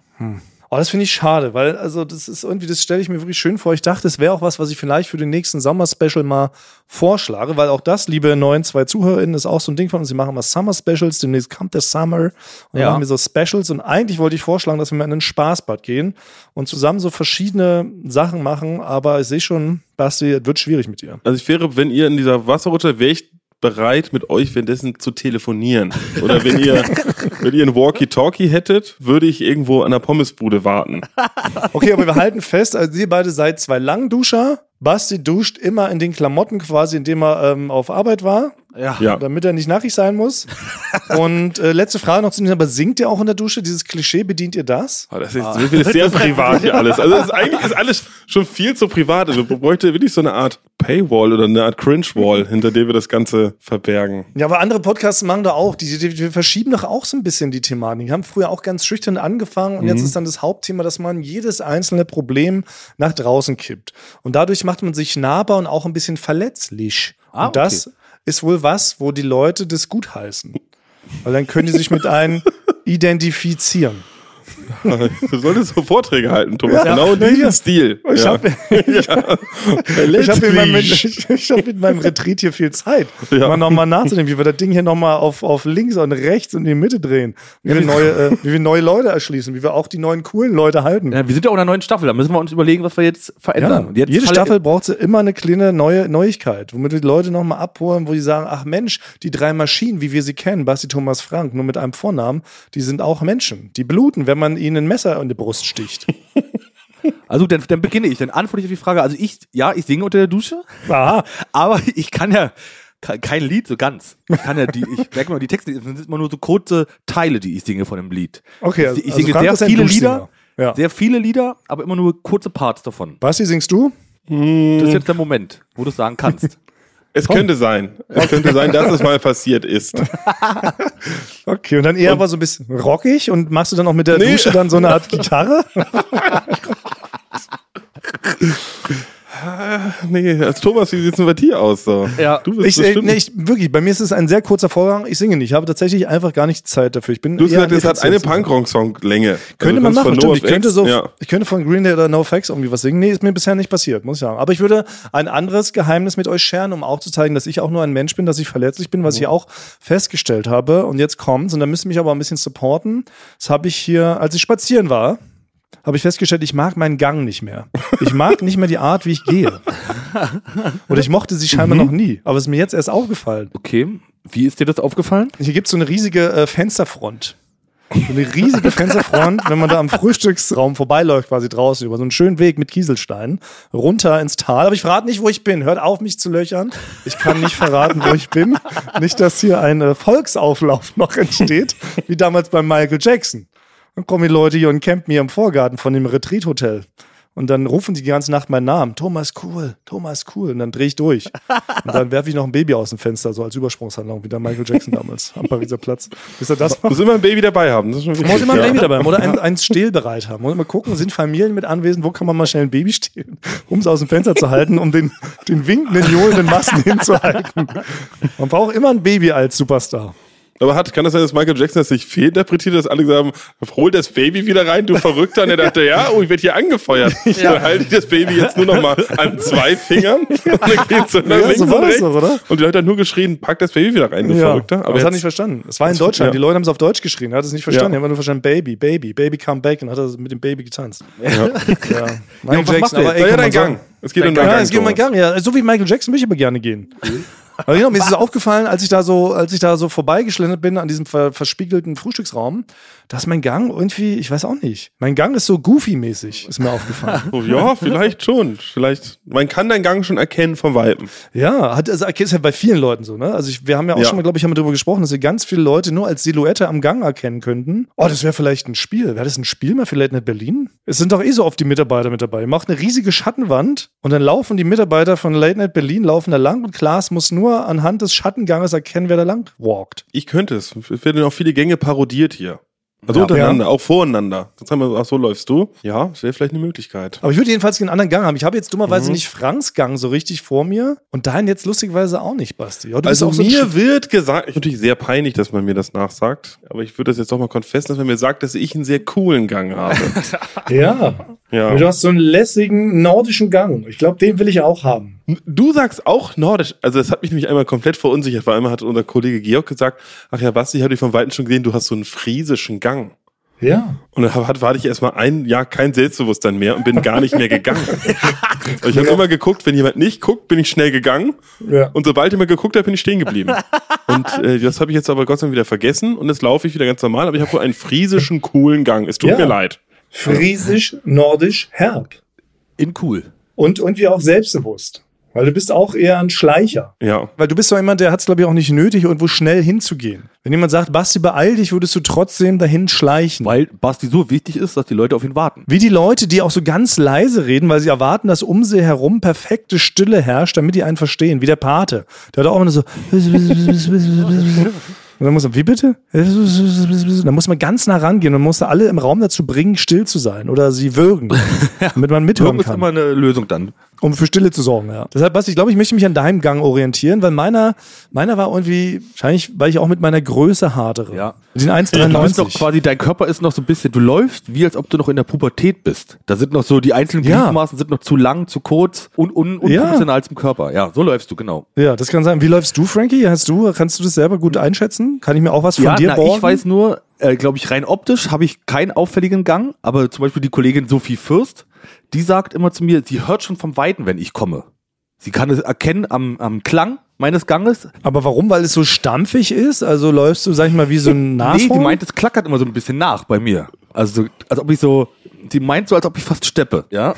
A: Oh, das finde ich schade, weil also das ist irgendwie, das stelle ich mir wirklich schön vor. Ich dachte, es wäre auch was, was ich vielleicht für den nächsten Sommer-Special mal vorschlage, weil auch das, liebe neuen zwei ZuhörerInnen, ist auch so ein Ding von uns. Wir machen immer Summer-Specials, demnächst kommt der Summer und dann
B: Ja.
A: machen wir so Specials. Und eigentlich wollte ich vorschlagen, dass wir mal in ein Spaßbad gehen und zusammen so verschiedene Sachen machen, aber ich sehe schon, Basti, es wird schwierig mit dir.
C: Also ich wäre, wenn ihr in dieser Wasserrutsche wäre ich bereit, mit euch währenddessen zu telefonieren. Oder wenn ihr, wenn ihr ein Walkie-Talkie hättet, würde ich irgendwo an der Pommesbude warten.
A: Okay, aber wir halten fest, also ihr beide seid zwei Langduscher. Basti duscht immer in den Klamotten quasi, in dem er ähm, auf Arbeit war,
B: Ja.
C: Ja.
A: damit er nicht nackig sein muss. Und äh, letzte Frage noch zu mir, aber singt ihr auch in der Dusche? Dieses Klischee, bedient ihr das?
C: Aber Ah, das ist, das ist sehr privat hier alles. Also es ist, eigentlich ist alles schon viel zu privat. Also man bräuchte wirklich so eine Art Paywall oder eine Art Cringe-Wall, hinter der wir das Ganze verbergen.
A: Ja, aber andere Podcasts machen da auch. Die, die, die verschieben doch auch so ein bisschen die Thematik. Die haben früher auch ganz schüchtern angefangen und
C: Mhm.
A: jetzt ist dann das Hauptthema, dass man jedes einzelne Problem nach draußen kippt. Und dadurch macht man sich nahbar und auch ein bisschen verletzlich.
B: Ah,
A: und das ist wohl was, wo die Leute das gutheißen. Weil dann können die sich mit einem identifizieren.
C: Du solltest so Vorträge halten, Thomas.
A: Ja.
C: Genau in
A: Ja,
C: diesem
A: ja.
C: Stil.
A: Ich
C: ja.
A: hab- Ich habe mit, meinem- ich, ich hab mit meinem Retreat hier viel Zeit,
C: Ja.
A: mal nochmal nachzudenken, wie wir das Ding hier nochmal auf, auf links und rechts und in die Mitte drehen. Wie wir, neue, äh, wie wir neue Leute erschließen, wie wir auch die neuen coolen Leute halten.
B: Ja, Wir sind ja auch in einer neuen Staffel, da müssen wir uns überlegen, was wir jetzt verändern. Und jetzt
A: jede
B: falle-
A: Staffel braucht sie immer eine kleine neue Neuigkeit, womit wir die Leute nochmal abholen, wo sie sagen, ach Mensch, die drei Maschinen, wie wir sie kennen, Basti Thomas Frank, nur mit einem Vornamen, die sind auch Menschen. Die bluten, wenn man ihnen ein Messer in die Brust sticht.
B: Also dann, dann beginne ich, dann antworte ich auf die Frage. Also ich, ja, ich singe unter der Dusche,
A: Aha.
B: aber ich kann ja ke- kein Lied so ganz. Ich kann ja die, ich merke mal die Texte, das sind immer nur so kurze Teile, die ich singe von dem Lied.
A: Okay, also-
B: ich, ich
A: also
B: singe
A: Frank ist
B: sehr
A: ein
B: viele
A: Duschsinger.
B: Lieder,
A: Ja.
B: sehr viele Lieder, aber immer nur kurze Parts davon.
A: Basti, singst du?
B: Das ist jetzt der Moment, wo du es sagen kannst.
C: Es könnte sein. Es könnte sein, dass es mal passiert ist.
A: Okay, und dann eher aber so ein bisschen rockig und machst du dann auch mit der
C: Nee.
A: Dusche dann so eine Art Gitarre?
C: Nee, als Thomas, wie sieht's denn bei dir aus? So?
B: Ja.
C: du bist
A: Ich, äh,
C: bestimmt.
A: nee, ich, wirklich, bei mir ist es ein sehr kurzer Vorgang. Ich singe nicht. Ich habe tatsächlich einfach gar nicht Zeit dafür. Ich bin
C: du hast
A: eher
C: gesagt,
A: ein
C: es hat eine
A: Effizienz-
C: Punkrock-Song-Länge.
A: Könnte man
C: Also du kannst
A: machen,
C: von
A: stimmt. Ich
C: No
A: könnte, so,
C: Effects- Ja.
A: ich könnte von Green Day oder No Facts irgendwie was singen. Nee, ist mir bisher nicht passiert, muss ich sagen. Aber ich würde ein anderes Geheimnis mit euch scheren, um aufzuzeigen, dass ich auch nur ein Mensch bin, dass ich verletzlich bin,
C: Mhm.
A: was ich auch festgestellt habe. Und jetzt kommt's. Und da müsst ihr mich aber ein bisschen supporten. Das habe ich hier, als ich spazieren war, habe ich festgestellt, ich mag meinen Gang nicht mehr. Ich mag nicht mehr die Art, wie ich gehe. Oder ich mochte sie scheinbar
C: Mhm.
A: noch nie. Aber es ist mir jetzt erst aufgefallen.
B: Okay, wie ist dir das aufgefallen?
A: Hier gibt es so eine riesige äh, Fensterfront. So eine riesige Fensterfront, wenn man da am Frühstücksraum vorbeiläuft, quasi draußen über so einen schönen Weg mit Kieselsteinen runter ins Tal. Aber ich verrate nicht, wo ich bin. Hört auf, mich zu löchern. Ich kann nicht verraten, wo ich bin. Nicht, dass hier ein äh, Volksauflauf noch entsteht, wie damals bei Michael Jackson. Dann kommen die Leute hier und campen hier im Vorgarten von dem Retreat-Hotel. Und dann rufen die die ganze Nacht meinen Namen. Thomas Cool, Thomas Cool. Und dann drehe ich durch. Und dann werfe ich noch ein Baby aus dem Fenster, so als Übersprungshandlung, wie der Michael Jackson damals am Pariser Platz. Ist er das
C: Du
A: macht.
C: musst immer ein Baby dabei haben. Das ist schon wichtig.
A: Man muss immer ein
C: ja.
A: Baby dabei haben oder ein, eins stillbereit haben. Man muss immer gucken, sind Familien mit anwesend, wo kann man mal schnell ein Baby stehlen, um es aus dem Fenster zu halten, um den, den winkenden, johlenden Massen hinzuhalten. Man braucht immer ein Baby als Superstar.
C: Aber hat, kann das sein, dass Michael Jackson das nicht fehlinterpretiert, dass alle gesagt haben, hol das Baby wieder rein, du Verrückter. Und er dachte, ja, oh, ich werde hier angefeuert. Dann halte ich das Baby jetzt nur noch mal an zwei Fingern und dann geht's so nach
A: Ja,
C: links
A: so war
C: und
A: das
C: rechts.
A: doch, oder?
C: Und die Leute haben nur geschrien, pack das Baby wieder rein, du Verrückter.
A: Aber das
C: jetzt-
A: hat nicht verstanden. Es war in
C: Das-
A: Deutschland.
C: ja.
A: Die Leute haben es auf Deutsch geschrien. Er hat es nicht verstanden.
C: Ja.
A: Er hat nur verstanden, Baby, Baby, Baby come back und hat das mit dem Baby getanzt. Ja. Michael
B: was macht
A: Jackson,
B: der
A: aber ey,
C: Na ja,
A: kann man
C: dein
A: sagen.
C: Gang. Es geht um deinen
A: Ja,
C: Gang.
A: es geht um meinen
C: Thomas.
A: Gang, ja. So wie Michael Jackson möchte ich aber gerne gehen. Aber genau, mir ist es aufgefallen, als ich da so, als ich da so vorbeigeschlendert bin an diesem ver verspiegelten Frühstücksraum, dass mein Gang irgendwie, ich weiß auch nicht, mein Gang ist so goofy-mäßig, ist mir aufgefallen.
C: Oh, ja, vielleicht schon. Vielleicht. Man kann deinen Gang schon erkennen vom Weiben.
A: Ja, hat, also, okay, ist ja bei vielen Leuten so, ne? Also ich, wir haben ja auch
C: Ja.
A: schon mal, glaube ich, haben wir darüber gesprochen, dass wir ganz viele Leute nur als Silhouette am Gang erkennen könnten. Oh, das wäre vielleicht ein Spiel. Wäre das ein Spiel mal für Late Night Berlin? Es sind doch eh so oft die Mitarbeiter mit dabei. Macht eine riesige Schattenwand und dann laufen die Mitarbeiter von Late Night Berlin, laufen da lang und Klaas muss nur anhand des Schattenganges erkennen, wer da lang walkt.
C: Ich könnte es. Es werden auch viele Gänge parodiert hier. Also
A: Ja.
C: untereinander, auch voreinander. Sonst haben wir so, ach so läufst du. Ja, das wäre vielleicht eine Möglichkeit.
A: Aber ich würde jedenfalls einen anderen Gang haben. Ich habe jetzt dummerweise nicht Franks Gang so richtig vor mir und deinen jetzt lustigerweise auch nicht, Basti. Ja, du bist
C: Also
A: auch so ein
C: mir
A: Sch-
C: wird gesagt, ist natürlich sehr peinlich, dass man mir das nachsagt, aber ich würde das jetzt doch mal konfessen, dass man mir sagt, dass ich einen sehr coolen Gang habe.
A: ja.
C: ja.
A: Du hast so einen lässigen nordischen Gang. Ich glaube, den will ich auch haben.
C: Du sagst auch Nordisch. Also das hat mich nämlich einmal komplett verunsichert, weil einmal hat unser Kollege Georg gesagt, ach ja, Basti, ich habe dich von Weitem schon gesehen, du hast so einen friesischen Gang.
A: Ja.
C: Und dann hat, war ich erstmal ein Jahr kein Selbstbewusstsein mehr und bin gar nicht mehr gegangen. Und ich habe immer geguckt, wenn jemand nicht guckt, bin ich schnell gegangen.
A: Ja.
C: Und sobald jemand geguckt hat, bin ich stehen geblieben. Und äh, das habe ich jetzt aber Gott sei Dank wieder vergessen. Und jetzt laufe ich wieder ganz normal. Aber ich habe wohl einen friesischen, coolen Gang. Es tut
D: Ja.
C: mir leid.
D: Friesisch, nordisch, herb.
B: In cool.
D: Und irgendwie auch selbstbewusst. Weil du bist auch eher ein Schleicher.
C: Ja.
A: Weil du bist doch jemand, der hat es, glaube ich, auch nicht nötig, irgendwo schnell hinzugehen. Wenn jemand sagt, Basti, beeil dich, würdest du trotzdem dahin schleichen.
B: Weil Basti so wichtig ist, dass die Leute auf ihn warten.
A: Wie die Leute, die auch so ganz leise reden, weil sie erwarten, dass um sie herum perfekte Stille herrscht, damit die einen verstehen. Wie der Pate. Der hat auch immer nur so. Und dann muss man, wie bitte? Dann muss man ganz nah rangehen und muss da alle im Raum dazu bringen, still zu sein oder sie würgen, damit man mithören
B: Irgendwo ist
A: kann.
B: immer eine Lösung dann.
A: Um für Stille zu sorgen, ja. Deshalb, Basti, ich glaube, ich möchte mich an deinem Gang orientieren, weil meiner, meiner war irgendwie, wahrscheinlich, weil ich auch mit meiner Größe hadere.
B: Ja.
A: Mit Den
B: Du bist doch
A: 1,93.
B: quasi, dein Körper ist noch so ein bisschen, du läufst wie als ob du noch in der Pubertät bist. Da sind noch so, die einzelnen
A: Ja.
B: Gliedmaßen sind noch zu lang, zu kurz und un,
A: Ja.
B: unproportional zum Körper. Ja, so läufst du, genau.
A: ja, das kann sein. Wie läufst du, Frankie? Hast du, kannst du das selber gut einschätzen? Kann ich mir auch was von
B: ja,
A: dir
B: na,
A: borgen?
B: ich weiß nur, äh, glaube ich, rein optisch habe ich keinen auffälligen Gang, aber zum Beispiel die Kollegin Sophie Fürst, die sagt immer zu mir, sie hört schon vom Weiten, wenn ich komme. Sie kann es erkennen am, am Klang meines Ganges.
A: Aber warum? Weil es so stampfig ist? Also läufst du, sag ich mal, wie so ein
B: Nee, die
A: Nashorn?
B: meint, es klackert immer so ein bisschen nach bei mir. Also, so- als ob ich so, die meint so, als ob ich fast steppe, ja.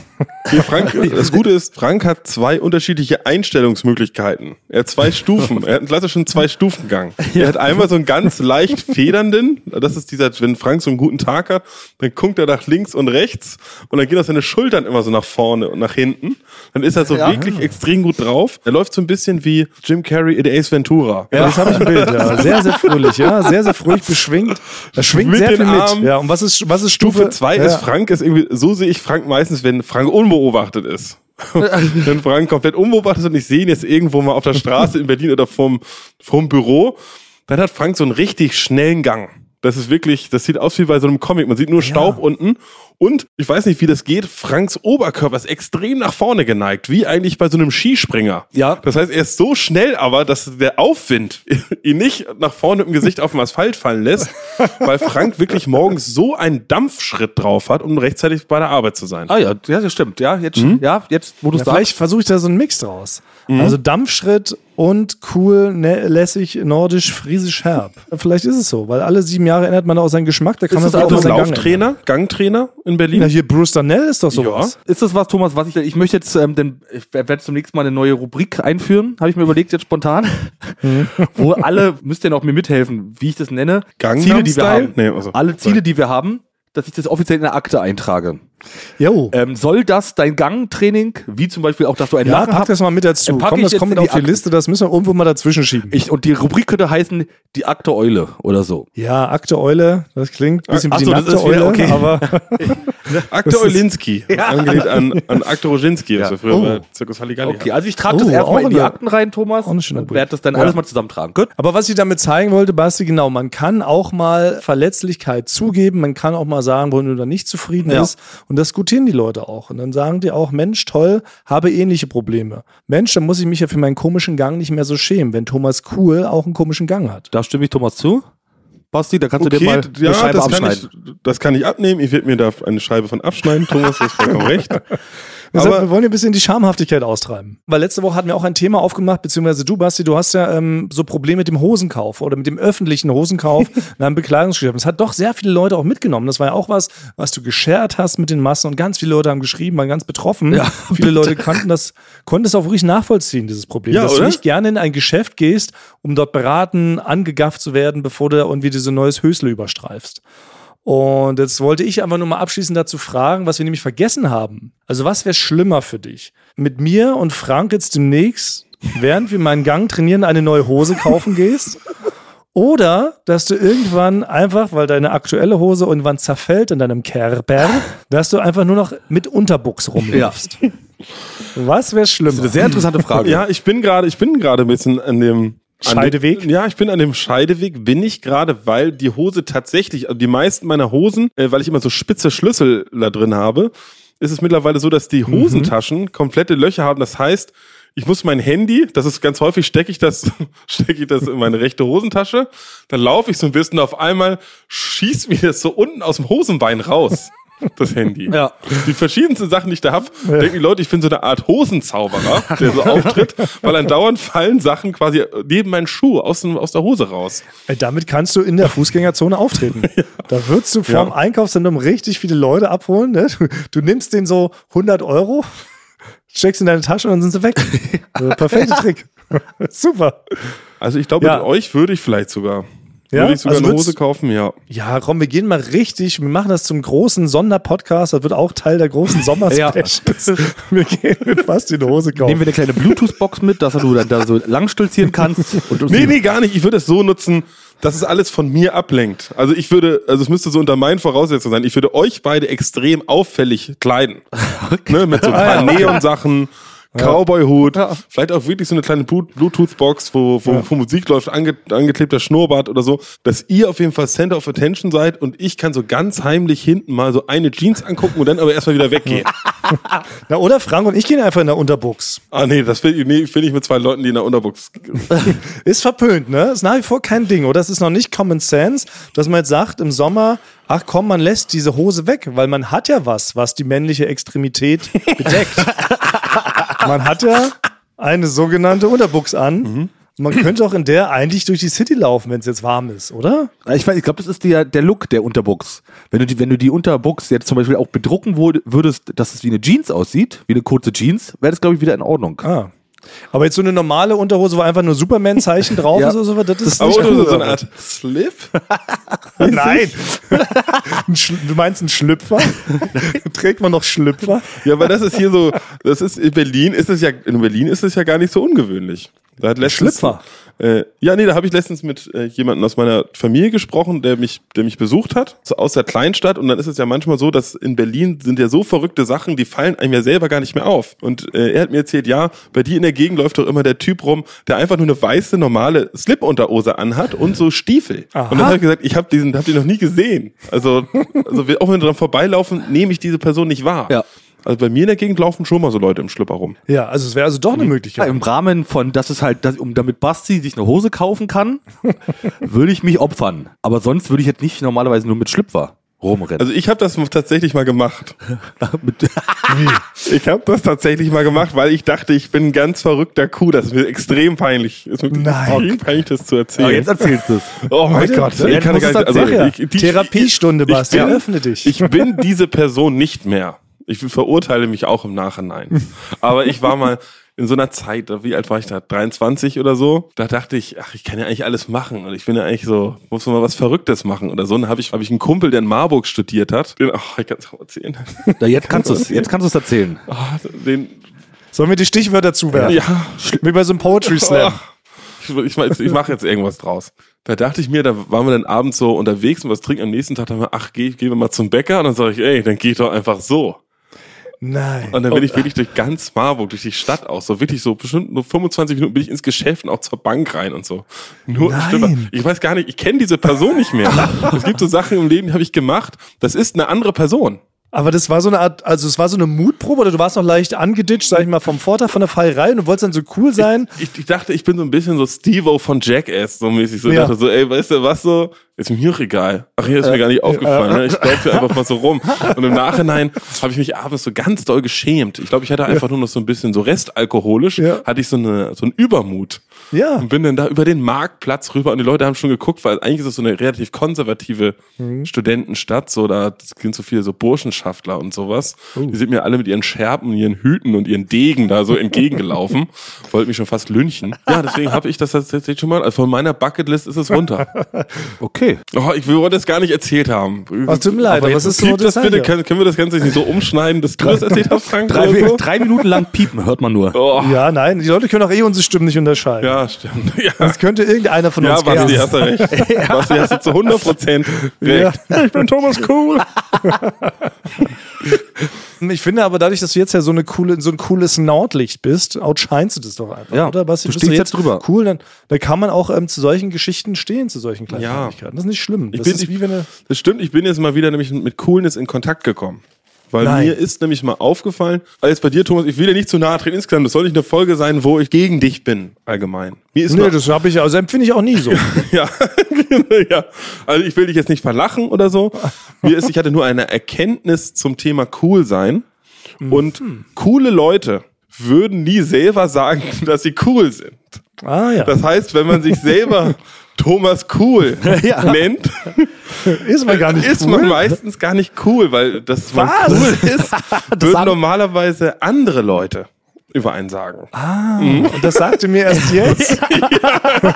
C: Hier, Frank, das Gute ist, Frank hat zwei unterschiedliche Einstellungsmöglichkeiten. Er hat zwei Stufen. Er hat einen klassischen Zwei-Stufen-Gang. Er hat einmal so einen ganz leicht federnden. Das ist dieser, wenn Frank so einen guten Tag hat, dann guckt er nach links und rechts und dann gehen auch seine Schultern immer so nach vorne und nach hinten. Dann ist er so wirklich extrem gut drauf. Er läuft so ein bisschen wie Jim Carrey in Ace Ventura.
A: ja, das habe ich im Bild, ja. Sehr, sehr fröhlich, ja. Sehr, sehr fröhlich beschwingt. Er schwingt
C: Mit
A: sehr viel
C: den
A: mit.
C: Armen.
A: Ja, und was ist, was ist Stufe?
C: Stufe 2
A: ja.
C: ist Frank ist irgendwie, so sehe ich Frank meistens, wenn Frank unbeobachtet ist. wenn Frank komplett unbeobachtet ist und ich sehe ihn jetzt irgendwo mal auf der Straße in Berlin oder vom, vom Büro, dann hat Frank so einen richtig schnellen Gang. Das ist wirklich, das sieht aus wie bei so einem Comic. Man sieht nur Staub unten. Und ich weiß nicht, wie das geht. Franks Oberkörper ist extrem nach vorne geneigt, wie eigentlich bei so einem Skispringer.
B: Ja.
C: Das heißt, er ist so schnell aber, dass der Aufwind ihn nicht nach vorne im Gesicht auf dem Asphalt fallen lässt, weil Frank wirklich morgens so einen Dampfschritt drauf hat, um rechtzeitig bei der Arbeit zu sein.
B: Ah ja, ja, das stimmt. Ja, jetzt, ja, jetzt wo du
A: Mhm. Ja,
B: es sagst.
A: vielleicht versuche ich da so einen Mix draus.
B: Mhm.
A: Also Dampfschritt und cool, ne, lässig, nordisch, friesisch, herb. Vielleicht ist es so, weil alle sieben Jahre ändert man auch seinen Geschmack. Da kann
B: Ist
A: man vielleicht
B: es auch
A: mal
B: ein
A: seinen Gang ändern.
C: Lauftrainer, Gangtrainer in
A: Na,
C: Berlin.
A: hier Bruce Danell ist doch sowas.
B: Ist das was, Thomas, was ich, ich möchte jetzt, ähm, denn ich werde zum nächsten Mal eine neue Rubrik einführen, habe ich mir überlegt, jetzt spontan,
A: Mhm.
B: wo alle, müsst ihr noch mir mithelfen, wie ich das nenne,
C: Gangnam
B: Ziele, die wir
C: Style?
B: haben,
C: Nee, also-
B: alle Ziele, die wir haben, dass ich das offiziell in der Akte eintrage.
A: Jo.
B: Ähm, soll das dein Gangtraining, wie zum Beispiel auch, dass du einen
A: Ja,
B: Laden
A: pack
B: hast?
A: das mal mit dazu.
B: Äh, pack
A: Komm,
B: ich
A: das
B: jetzt
A: kommt
B: in
A: mit
B: die
A: auf die
B: Akte.
A: Liste, das müssen wir irgendwo mal dazwischen schieben.
B: Ich, und die Rubrik könnte heißen, die Akte Eule oder so.
A: ja, Akte Eule, das klingt ein bisschen
C: Ach
A: wie die
C: so, das
A: nackte
C: ist wieder-
A: Eule,
C: okay.
A: aber
C: Akte
A: Das ist-
C: Olinski. Angelehnt an, an Akte Roginski,
B: Ja.
C: was wir früher
A: Oh.
C: bei Zirkus Halligalli
B: Okay,
C: hatten.
B: also ich trage
A: Oh,
B: das
A: auch
B: erstmal in die
A: eine-
B: Akten rein, Thomas,
A: auch eine schöne
B: und
A: Rubrik.
B: werde das dann
A: Ja.
B: alles mal zusammentragen. Gut.
A: Aber was ich damit zeigen wollte, Basti, genau, man kann auch mal Verletzlichkeit zugeben, man kann auch mal sagen, wo du da nicht zufrieden
B: Ja.
A: bist. Und das gutieren die Leute auch. Und dann sagen die auch, Mensch, toll, habe ähnliche Probleme. Mensch, dann muss ich mich ja für meinen komischen Gang nicht mehr so schämen, wenn Thomas Kuhl auch einen komischen Gang hat.
B: Da stimme ich Thomas zu. Basti, da kannst du dir mal eine
C: ja,
B: Scheibe
C: das kann, ich,
B: abschneiden.
C: das kann ich abnehmen. Ich werde mir da eine Scheibe von abschneiden. Thomas, das ist vollkommen recht.
A: Deshalb,
C: Aber-
A: wir wollen ein bisschen die Schamhaftigkeit austreiben. Weil letzte Woche hatten wir auch ein Thema aufgemacht, beziehungsweise du, Basti, du hast ja ähm, so Probleme mit dem Hosenkauf oder mit dem öffentlichen Hosenkauf in einem Bekleidungsgeschäft. Das hat doch sehr viele Leute auch mitgenommen. Das war ja auch was, was du geschert hast mit den Massen und ganz viele Leute haben geschrieben, waren ganz betroffen.
B: Ja,
A: viele Leute konnten das, konnten das auch wirklich nachvollziehen, dieses Problem.
C: Ja,
A: dass du
C: oder?
A: nicht gerne in ein Geschäft gehst, um dort beraten, angegafft zu werden, bevor du irgendwie diese neues Hösle überstreifst. Und jetzt wollte ich einfach nur mal abschließend dazu fragen, was wir nämlich vergessen haben. Also was wäre schlimmer für dich? Mit mir und Frank jetzt demnächst, während wir meinen Gang trainieren, eine neue Hose kaufen gehst? Oder dass du irgendwann einfach, weil deine aktuelle Hose irgendwann zerfällt in deinem Kerber, dass du einfach nur noch mit Unterbuchs rumläufst. Was wäre
B: Das ist
A: schlimmer?
B: eine sehr interessante Frage.
C: Ja, ich bin gerade, ich bin gerade ein bisschen an dem an
A: Scheideweg?
C: Dem, ja, ich bin an dem Scheideweg, bin ich gerade, weil die Hose tatsächlich, also die meisten meiner Hosen, äh, weil ich immer so spitze Schlüssel da drin habe, ist es mittlerweile so, dass
B: Mhm.
C: die Hosentaschen komplette Löcher haben. Das heißt, ich muss mein Handy, das ist ganz häufig, stecke ich das, stecke ich das in meine rechte Hosentasche, dann laufe ich so ein bisschen, auf einmal schießt mir das so unten aus dem Hosenbein raus. Das Handy.
B: Ja.
C: Die verschiedensten Sachen, die ich da hab, denken die Leute, ich bin so eine Art Hosenzauberer, der so auftritt, weil andauernd fallen Sachen quasi neben meinen Schuh aus, dem, aus der Hose raus.
A: Ey, Damit kannst du in der Fußgängerzone auftreten. Da würdest du vorm
C: Ja.
A: Einkaufszentrum richtig viele Leute abholen. Ne? Du, du nimmst den so 100 Euro, steckst in deine Tasche und dann sind sie weg. Also, Perfekter Trick. Super.
C: Also ich glaube,
A: Ja.
C: mit euch würde ich vielleicht sogar.
A: Ja?
C: Würde ich sogar
A: Also
C: eine
A: würdest-
C: Hose kaufen, ja.
A: Ja, komm, wir gehen mal richtig, wir machen das zum großen Sonderpodcast. Das wird auch Teil der großen Sommerspecials. Wir gehen mit fast in die Hose kaufen.
B: Nehmen wir eine kleine Bluetooth-Box mit, dass du dann da so lang stolzieren kannst. Und uns
C: Nee, nee, gar nicht. Ich würde es so nutzen, dass es alles von mir ablenkt. Also ich würde, also es müsste so unter meinen Voraussetzungen sein, ich würde euch beide extrem auffällig kleiden. Ne, mit so ein paar Neon-Sachen, Cowboy-Hut, vielleicht auch wirklich so eine kleine Blu- Bluetooth-Box, wo, wo, wo Musik läuft, ange, angeklebter Schnurrbart oder so, dass ihr auf jeden Fall Center of Attention seid und ich kann so ganz heimlich hinten mal so eine Jeans angucken und dann aber erstmal wieder weggehen.
A: Na, oder Frank und ich gehen einfach in der Unterbuchs.
C: ah nee, das will, ich- nee, will ich mit zwei Leuten, die in der Unterbox
A: Ist verpönt, ne? Ist nach wie vor kein Ding, oder? Das ist noch nicht Common Sense, dass man jetzt sagt im Sommer, ach komm, man lässt diese Hose weg, weil man hat ja was, was die männliche Extremität bedeckt. man hat ja eine sogenannte Unterbuchs an. Man könnte auch in der eigentlich durch die City laufen, wenn es jetzt warm ist, oder?
B: Ich, weiß, ich glaube, das ist der, der Look der Unterbox. Wenn du die, wenn du die Unterbox jetzt zum Beispiel auch bedrucken wurde, würdest, dass es wie eine Jeans aussieht, wie eine kurze Jeans, wäre das, glaube ich, wieder in Ordnung.
A: Ah. Aber jetzt so eine normale Unterhose, wo einfach nur Superman-Zeichen drauf
B: Ja.
A: ist oder so, das ist
C: Aber
A: nicht
C: oder
A: cool.
C: so eine Art Slip?
A: Nein! Ein Schl- du meinst einen Schlüpfer? Trägt man noch Schlüpfer?
C: Ja, aber das ist hier so, das ist in Berlin ist es ja in Berlin ist es ja gar nicht so ungewöhnlich. Da hat letztens,
A: Schlüpfer?
C: Äh, ja, nee, da habe ich letztens mit äh, jemandem aus meiner Familie gesprochen, der mich, der mich besucht hat, so aus der Kleinstadt. Und dann ist es ja manchmal so, dass in Berlin sind ja so verrückte Sachen, die fallen einem ja selber gar nicht mehr auf. Und äh, er hat mir erzählt, ja, bei dir in der Gegend läuft doch immer der Typ rum, der einfach nur eine weiße normale Slip-Unterhose anhat und so Stiefel.
A: Aha.
C: Und dann habe ich gesagt, ich habe diesen, hab den noch nie gesehen. Also, also wir- auch wenn wir dran vorbeilaufen, nehme ich diese Person nicht wahr.
B: Ja.
C: Also bei mir in der Gegend laufen schon mal so Leute im Schlüpper rum.
A: Ja, also es wäre also
C: Hm.
A: doch eine
B: Ja,
A: Möglichkeit.
C: um
B: Im Rahmen von, dass es halt, dass, um, damit Basti sich eine Hose kaufen kann, würde ich mich opfern. Aber sonst würde ich jetzt nicht normalerweise nur mit Schlüpfer rumrennen.
C: Also ich habe das tatsächlich mal gemacht.
B: mit,
C: Ich habe das tatsächlich mal gemacht, weil ich dachte, ich bin ein ganz verrückter Kuh. Das ist mir extrem peinlich. Ist mir
A: Nein.
C: extrem peinlich, das zu
B: aber
C: erzählen.
B: jetzt erzählst du es.
C: oh mein Gott.
A: jetzt
C: kann
A: muss
C: gar
A: es
C: nicht-
A: erzählen.
C: also, ich- die-
A: Therapiestunde, Basti,
C: ich bin-
A: öffne dich.
C: Ich bin diese Person nicht mehr. Ich verurteile mich auch im Nachhinein. Aber ich war mal, in so einer Zeit, wie alt war ich da? 23 oder so. Da dachte ich, ach, ich kann ja eigentlich alles machen. Und ich bin ja eigentlich so, muss man mal was Verrücktes machen oder so. Und dann habe ich, hab ich einen Kumpel, der in Marburg studiert hat. Den, ach, ich kann es auch erzählen.
B: Da, jetzt kannst du es, jetzt kannst du es erzählen.
C: Ah, den,
A: Sollen wir die Stichwörter zuwerfen?
C: ja, Oh.
A: Wie bei so einem Poetry Slam.
C: Ach, Ich, ich, mach jetzt- ich mache jetzt irgendwas draus. Da dachte ich mir, da waren wir dann abends so unterwegs und was trinken. Am nächsten Tag dachten wir, ach, geh, gehen wir mal zum Bäcker. Und dann sage ich, ey, dann geh ich doch einfach so.
A: Nein.
C: Und dann bin ich wirklich durch ganz Marburg, durch die Stadt auch so, wirklich so bestimmt nur 25 Minuten bin ich ins Geschäft und auch zur Bank rein und so. Nur
A: Nein.
C: Stimmt, ich weiß gar nicht, ich kenne diese Person nicht mehr. es gibt so Sachen im Leben, die habe ich gemacht. Das ist eine andere Person.
A: Aber das war so eine Art, also es war so eine Mutprobe oder du warst noch leicht angeditscht, sag ich mal, vom Vorteil von der Feierei und du wolltest dann so cool sein.
C: Ich, ich dachte, ich bin so ein bisschen so Stevo von Jackass, so mäßig. So
A: Ja. Äh,
C: dachte so, ey, weißt du was so? Ist mir auch egal. Ach, hier ist mir gar nicht aufgefallen. ne? Ich laufe einfach mal so rum. Und im Nachhinein habe ich mich abends so ganz doll geschämt. Ich glaube, ich hatte einfach nur noch so ein bisschen so restalkoholisch,
A: Ja.
C: hatte ich so, eine, so einen Übermut.
A: Ja.
C: Und bin dann da über den Marktplatz rüber und die Leute haben schon geguckt, weil eigentlich ist es so eine relativ konservative
A: Mhm.
C: Studentenstadt, so da sind so viele so Burschenschaftler und sowas.
A: Oh.
C: Die sind mir alle mit ihren Scherben, und ihren Hüten und ihren Degen da so entgegengelaufen. Wollten mich schon fast lynchen. Ja, deswegen habe ich das tatsächlich schon mal, also von meiner Bucketlist ist es runter.
B: Okay.
C: Oh, ich wollte das gar nicht erzählt haben.
A: Oh, es tut mir leid, aber es ist so
C: piep das
A: interessant,
C: bitte,
A: ja.
C: können, können wir das Ganze nicht so umschneiden, dass du das erzählt hast, Frank?
B: Drei,
C: oder so?
B: drei Minuten lang piepen, hört man nur.
C: Oh,
A: Ja, nein, die Leute können auch eh unsere Stimmen nicht unterscheiden.
C: ja, stimmt. Ja.
A: Das könnte irgendeiner von
C: Ja,
A: uns
C: Basti,
A: kennen.
C: hast du recht. Basti, hast du zu 100 Prozent recht.
A: Ich bin Thomas Cool. ich finde aber dadurch, dass du jetzt ja so, eine coole, so ein cooles Nordlicht bist, outshinest du das doch einfach,
B: Ja,
A: oder? Basti,
B: du
A: Bist
B: stehst jetzt drüber.
A: Cool, dann, dann kann man auch ähm, zu solchen Geschichten stehen, zu solchen Kleinigkeiten. Das ist nicht schlimm.
C: Ich
A: das
C: bin,
A: ist
C: ich,
A: wie wenn du-
C: das stimmt, ich bin jetzt mal wieder nämlich mit Coolness in Kontakt gekommen. Weil
A: Nein.
C: mir ist nämlich mal aufgefallen, als bei dir, Thomas, ich will dir nicht zu nahe treten insgesamt, das soll nicht eine Folge sein, wo ich gegen dich bin, allgemein. Mir ist
A: Nee,
C: mal,
A: das habe ich, also empfinde ich auch nie so.
C: ja, ja, also ich will dich jetzt nicht verlachen oder so. Mir ist, ich hatte nur eine Erkenntnis zum Thema cool sein. Und
A: Mhm.
C: coole Leute würden nie selber sagen, dass sie cool sind.
A: ah ja,
C: Das heißt, wenn man sich selber Thomas Cool nennt,
A: ist man gar nicht
C: ist
A: cool.
C: man meistens gar nicht cool, weil das man
A: Was?
C: cool ist, würden
B: haben-
C: normalerweise andere Leute über einen sagen.
A: Und das sagte mir erst jetzt.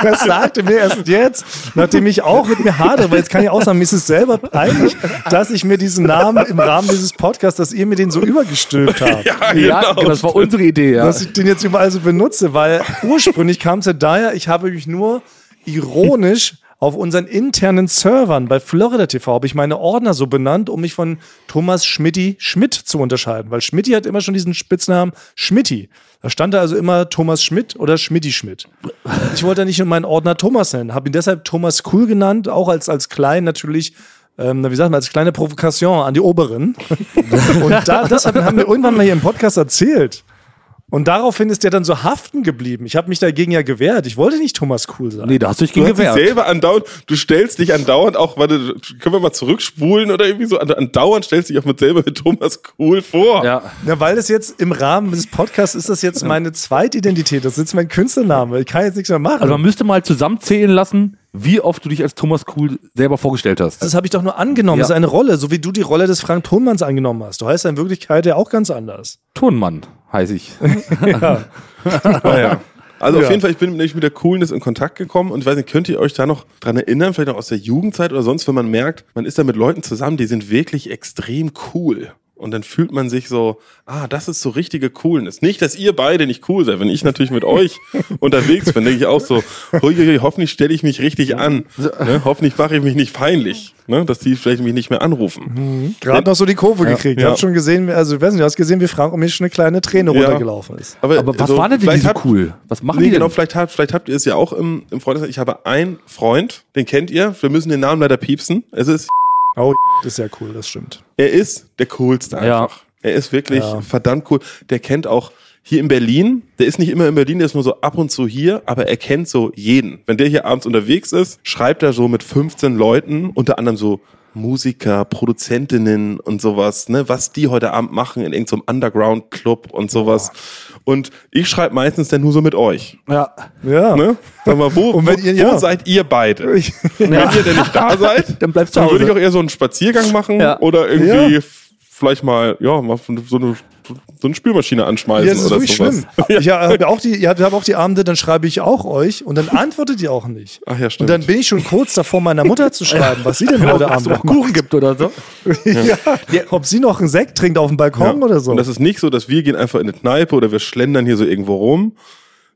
A: Das sagte mir erst jetzt, nachdem ich auch mit mir hadere, weil jetzt kann ich auch sagen, mir ist es selber peinlich, dass ich mir diesen Namen im Rahmen dieses Podcasts, dass ihr mir den so übergestülpt habt.
C: genau.
B: Ja, genau, das war unsere Idee, ja.
A: Dass ich den jetzt überall so benutze, weil ursprünglich kam es ja daher, ich habe mich nur ironisch auf unseren internen Servern bei Florida TV habe ich meine Ordner so benannt, um mich von Thomas Schmidti Schmidt zu unterscheiden, weil Schmidti hat immer schon diesen Spitznamen Schmidti. Da stand da also immer Thomas Schmidt oder Schmidti Schmidt. Ich wollte ja nicht nur meinen Ordner Thomas nennen, habe ihn deshalb Thomas Cool genannt, auch als, als klein natürlich, ähm, na, wie sagt man, als kleine Provokation an die Oberen. Und da, das haben wir irgendwann mal hier im Podcast erzählt. Und daraufhin ist der dann so haften geblieben. Ich habe mich dagegen ja gewehrt. Ich wollte nicht Thomas Cool sein.
B: Nee, da hast du dich
C: Du
B: gegen
C: hast dich
B: gewehrt.
C: selber andauernd, du stellst dich andauernd auch, warte, können wir mal zurückspulen oder irgendwie so, andauernd stellst du dich auch mit selber mit Thomas Cool vor.
B: Ja.
A: Na, weil das jetzt im Rahmen des Podcasts ist das jetzt meine Zweitidentität. Das ist jetzt mein Künstlername. Ich kann jetzt nichts mehr machen.
B: Also man müsste mal zusammenzählen lassen, wie oft du dich als Thomas Kuhl selber vorgestellt hast.
A: das habe ich doch nur angenommen.
B: Ja.
A: Das ist eine Rolle, so wie du die Rolle des Frank Thunmanns angenommen hast. Du heißt ja in Wirklichkeit ja auch ganz anders.
B: Turnmann heiße ich.
C: Ah, ja. Also
A: Ja.
C: auf jeden Fall, ich bin nämlich mit der Coolness in Kontakt gekommen und ich weiß nicht, könnt ihr euch da noch dran erinnern, vielleicht auch aus der Jugendzeit oder sonst, wenn man merkt, man ist da mit Leuten zusammen, die sind wirklich extrem cool. Und dann fühlt man sich so, ah, das ist so richtige Coolness. Nicht, dass ihr beide nicht cool seid. Wenn ich natürlich mit euch unterwegs bin, denke ich auch so, huiuiui, hoffentlich stelle ich mich richtig an. Ne? Hoffentlich mache ich mich nicht peinlich, ne? dass die vielleicht mich nicht mehr anrufen.
B: Mhm.
A: Gerade noch so die Kurve gekriegt. Ich
C: Ja.
A: habe schon gesehen, also ich weiß nicht, du hast gesehen, wie Frank um mich schon eine kleine Träne
C: Ja.
A: runtergelaufen ist.
B: Aber was
C: so,
B: war denn denn
C: also vielleicht
B: diese
C: habt-
B: Cool? Was machen
C: nee,
B: die denn?
C: genau, vielleicht habt, vielleicht habt ihr es ja auch im, im Freundeskreis. Ich habe einen Freund, den kennt ihr. Wir müssen den Namen leider piepsen. Es ist,
A: Oh, das ist ja cool, das stimmt.
C: er ist der coolste
B: Ja.
C: einfach. Er ist wirklich
A: Ja.
C: verdammt cool. Der kennt auch hier in Berlin. Der ist nicht immer in Berlin, der ist nur so ab und zu hier, aber er kennt so jeden. Wenn der hier abends unterwegs ist, schreibt er so mit 15 Leuten, unter anderem so Musiker, Produzentinnen und sowas, ne, was die heute Abend machen in irgendeinem Underground-Club und sowas. Und ich schreibe meistens dann nur so mit euch.
B: ja.
A: Ja.
C: Ne? Sag mal, wo,
A: Und wenn
C: wo,
A: ihr- ja.
C: wo seid ihr beide?
A: Ich-
C: Wenn ihr denn nicht da seid,
B: Dann bleibst du zu
C: dann würde
B: Hause.
C: ich auch eher so einen Spaziergang machen
B: Ja.
C: oder irgendwie
A: Ja.
C: f- vielleicht mal, ja, mal so eine so eine Spülmaschine anschmeißen
A: Ja, das ist
C: oder
A: wirklich
C: sowas.
A: schlimm. Ich habe auch die, ihr habt- ihr habt auch die Abende, dann schreibe ich auch euch und dann antwortet ihr auch nicht.
C: Ach ja,
A: Und
C: stimmt.
A: dann bin ich schon kurz davor, meiner Mutter zu schreiben, was sie denn heute Abend noch
B: Kuchen gibt oder so.
A: ja. Ob sie noch einen Sekt trinkt auf dem Balkon oder so.
C: Und das ist nicht so, dass wir gehen einfach in eine Kneipe oder wir schlendern hier so irgendwo rum,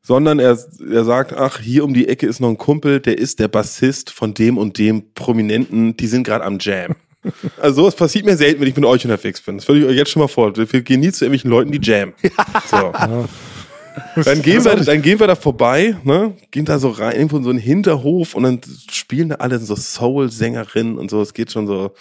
C: sondern er, er sagt, ach, hier um die Ecke ist noch ein Kumpel, der ist der Bassist von dem und dem Prominenten, die sind gerade am Jam. Also es passiert mir selten, wenn ich mit euch unterwegs bin. Das würde ich euch jetzt schon mal vor. Wir gehen nie zu irgendwelchen Leuten, die jam. So. Dann gehen, wir, dann gehen wir da vorbei, ne? gehen da so rein, irgendwo in so einen Hinterhof und dann spielen da alle so Soul-Sängerinnen und so. Es geht schon so,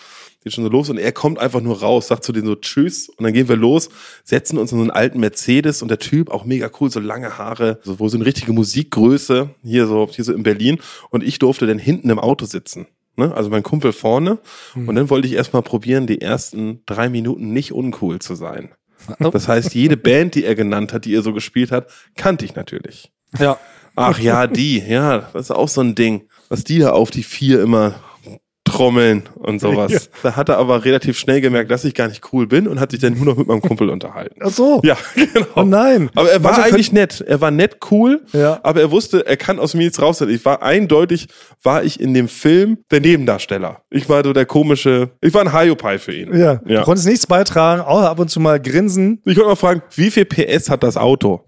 C: geht schon so los und er kommt einfach nur raus, sagt zu denen so Tschüss und dann gehen wir los, setzen uns in so einen alten Mercedes und der Typ, auch mega cool, so lange Haare, so, wohl so eine richtige Musikgröße, hier so, hier so in Berlin und ich durfte dann hinten im Auto sitzen. Ne? Also mein Kumpel vorne. Und dann wollte ich erstmal probieren, die ersten drei Minuten nicht uncool zu sein. Das heißt, jede Band, die er genannt hat, die er so gespielt hat, kannte ich natürlich.
A: ja.
C: Ach ja, die, ja, das ist auch so ein Ding, was die da auf die vier immer trommeln und sowas.
A: Ja.
C: Da hat er aber relativ schnell gemerkt, dass ich gar nicht cool bin und hat sich dann nur noch mit meinem Kumpel unterhalten.
A: Ach so.
C: Ja, genau.
A: Oh nein.
C: Aber er war
A: Also könnt-
C: eigentlich nett. Er war nett cool,
A: Ja.
C: aber er wusste, er kann aus mir nichts raus. Ich war eindeutig, war ich in dem Film der Nebendarsteller. Ich war so der komische, ich war ein Hyopai für ihn.
A: Ja.
C: ja.
A: Du konntest nichts beitragen, außer ab und zu mal grinsen.
C: Ich wollte mal fragen, wie viel PS hat das Auto?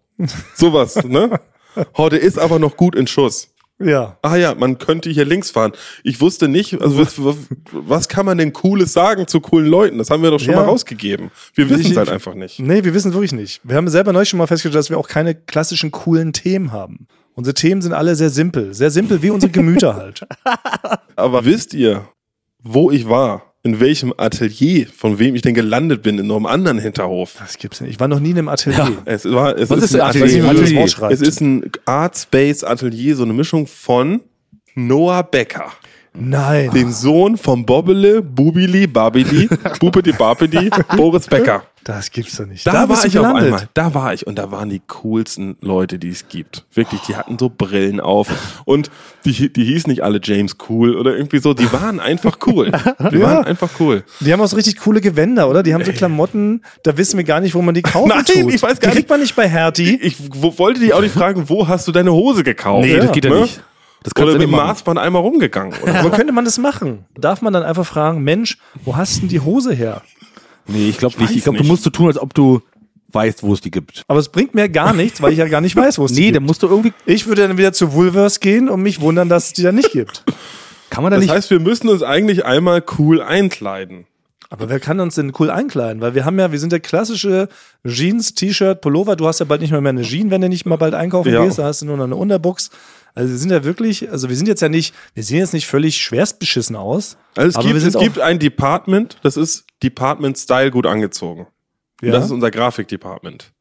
C: Sowas, ne? Heute ist aber noch gut in Schuss.
A: Ja.
C: Ah ja, man könnte hier links fahren. Ich wusste nicht, also was, was kann man denn Cooles sagen zu coolen Leuten? Das haben wir doch schon
A: Ja.
C: mal rausgegeben. Wir wissen es
A: Ich-
C: halt einfach nicht.
A: Nee, wir wissen wirklich nicht. Wir haben selber neulich schon mal festgestellt, dass wir auch keine klassischen coolen Themen haben. Unsere Themen sind alle sehr simpel. Sehr simpel wie unsere Gemüter halt.
C: Aber wisst ihr, wo ich war? In welchem Atelier, von wem ich denn gelandet bin, in einem anderen Hinterhof?
A: Das gibt's nicht. Ich war noch nie in einem Atelier.
C: Es war, es
B: Was ist
C: ein
B: ein Atelier?
A: Wie man das
B: Atelier.
A: Wort schreibt.
C: Es ist ein Art Space Atelier, so eine Mischung von Noah Becker.
A: Nein.
C: den Sohn von Bobbele, Bubili, Babidi, Bubidi, Babidi, Boris Becker.
A: Das gibt's doch nicht.
C: Da,
A: bist
C: war
A: du
C: ich auf einmal. Da war ich und da waren die coolsten Leute, die es gibt. Wirklich, die hatten so Brillen auf und die, die hießen nicht alle James Cool oder irgendwie so. Die waren einfach cool. Die
A: Ja.
C: waren einfach cool.
A: Die haben auch so richtig coole Gewänder, oder? Die haben so Klamotten, da wissen wir gar nicht, wo man die kaufen
C: Nein,
A: tut.
C: ich weiß gar
A: die kriegt man nicht bei Hertie.
C: Ich wo, wollte dich auch nicht fragen, wo hast du deine Hose gekauft?
B: Oh, Nee,
A: Ja,
B: das geht ja
C: ne?
B: nicht. Das du
C: Oder mit dem
B: nicht machen.
C: Maßband einmal rumgegangen. Oder?
A: Wo könnte man das machen? Darf man dann einfach fragen, Mensch, wo hast denn die Hose her?
B: Nee, ich glaube
C: weiß
B: nicht. Ich glaube, du
C: nicht.
B: musst so tun, als ob du weißt, wo es die gibt.
A: Aber es bringt mir gar nichts, weil ich ja gar nicht weiß, wo es die
B: Nee,
A: gibt.
B: dann musst du irgendwie.
A: Ich würde dann wieder zu Woolworths gehen und mich wundern, dass es die da nicht gibt.
B: Kann man da
C: Das
B: nicht.
C: heißt, wir müssen uns eigentlich einmal cool einkleiden.
A: Aber wer kann uns denn cool einkleiden? Weil wir haben ja, wir sind ja klassische Jeans, T-Shirt, Pullover. Du hast ja bald nicht mal mehr eine Jeans, wenn du nicht mal bald einkaufen
C: Ja.
A: gehst. Da hast du nur noch eine Unterbuchs. Also wir sind ja wirklich, also wir sind jetzt ja nicht, wir sehen jetzt nicht völlig schwerst beschissen aus.
C: Also es
A: aber wir
C: gibt,
A: sind
C: es
A: auch-
C: gibt ein Department, das ist Department Style gut angezogen.
A: Ja.
C: Und das ist unser Grafikdepartment.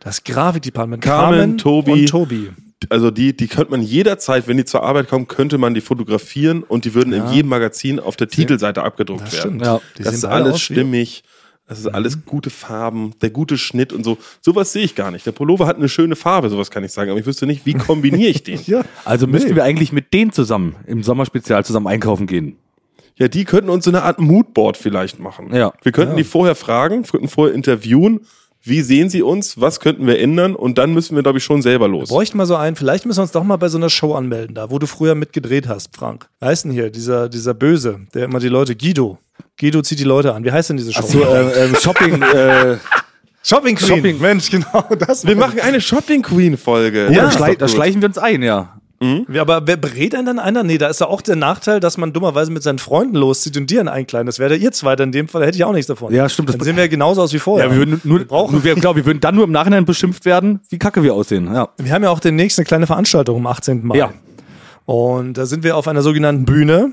A: Das Grafikdepartment.
C: Carmen, Tobi.
A: und Tobi.
C: Also die, die könnte man jederzeit, wenn die zur Arbeit kommen, könnte man die fotografieren und die würden in jedem Magazin auf der Titelseite abgedruckt
A: Das
C: werden.
A: stimmt.
B: Ja,
A: Die
C: das
A: sehen
C: ist
A: alle
C: alles
A: aus wie- Mhm.
C: stimmig. Das ist alles gute Farben, der gute Schnitt und so. Sowas sehe ich gar nicht. Der Pullover hat eine schöne Farbe, sowas kann ich sagen, aber ich wüsste nicht, wie kombiniere ich den?
A: Ja.
B: Also müssten wir eigentlich mit denen zusammen im Sommerspezial zusammen einkaufen gehen.
C: Ja, die könnten uns so eine Art Moodboard vielleicht machen.
B: Ja.
C: Wir könnten
A: Ja.
C: die vorher fragen, wir könnten vorher interviewen, wie sehen sie uns, was könnten wir ändern und dann müssen wir, glaube ich, schon selber los.
A: Bräuchten wir so einen, vielleicht müssen wir uns doch mal bei so einer Show anmelden, da, wo du früher mitgedreht hast, Frank. Wie heißt denn hier, dieser, dieser Böse, der immer die Leute, Guido. Guido zieht die Leute an. Wie heißt denn diese Show?
B: äh, Shopping. Äh,
A: Shopping Queen.
B: Shopping.
A: Mensch, genau das.
C: wir machen eine Shopping Queen Folge.
A: Ja.
B: da, schlei
C: doch
B: da
C: gut.
B: schleichen wir uns ein, ja.
A: Ja, aber wer berät einen dann einer? Nee, da ist ja auch der Nachteil, dass man dummerweise mit seinen Freunden loszieht und die einen einkleiden. Das wäre ja ihr zwei dann in dem Fall, da hätte ich auch nichts davon.
B: Ja, stimmt, das
A: Dann sehen wir ja genauso aus wie vorher.
B: Ja, wir würden nur,
A: wir, brauchen,
B: nur wir, glaub, wir würden dann nur im Nachhinein beschimpft werden, wie kacke wir aussehen. Ja.
A: wir haben ja auch demnächst eine kleine Veranstaltung am 18. Mai.
B: Ja.
A: Und da sind wir auf einer sogenannten Bühne.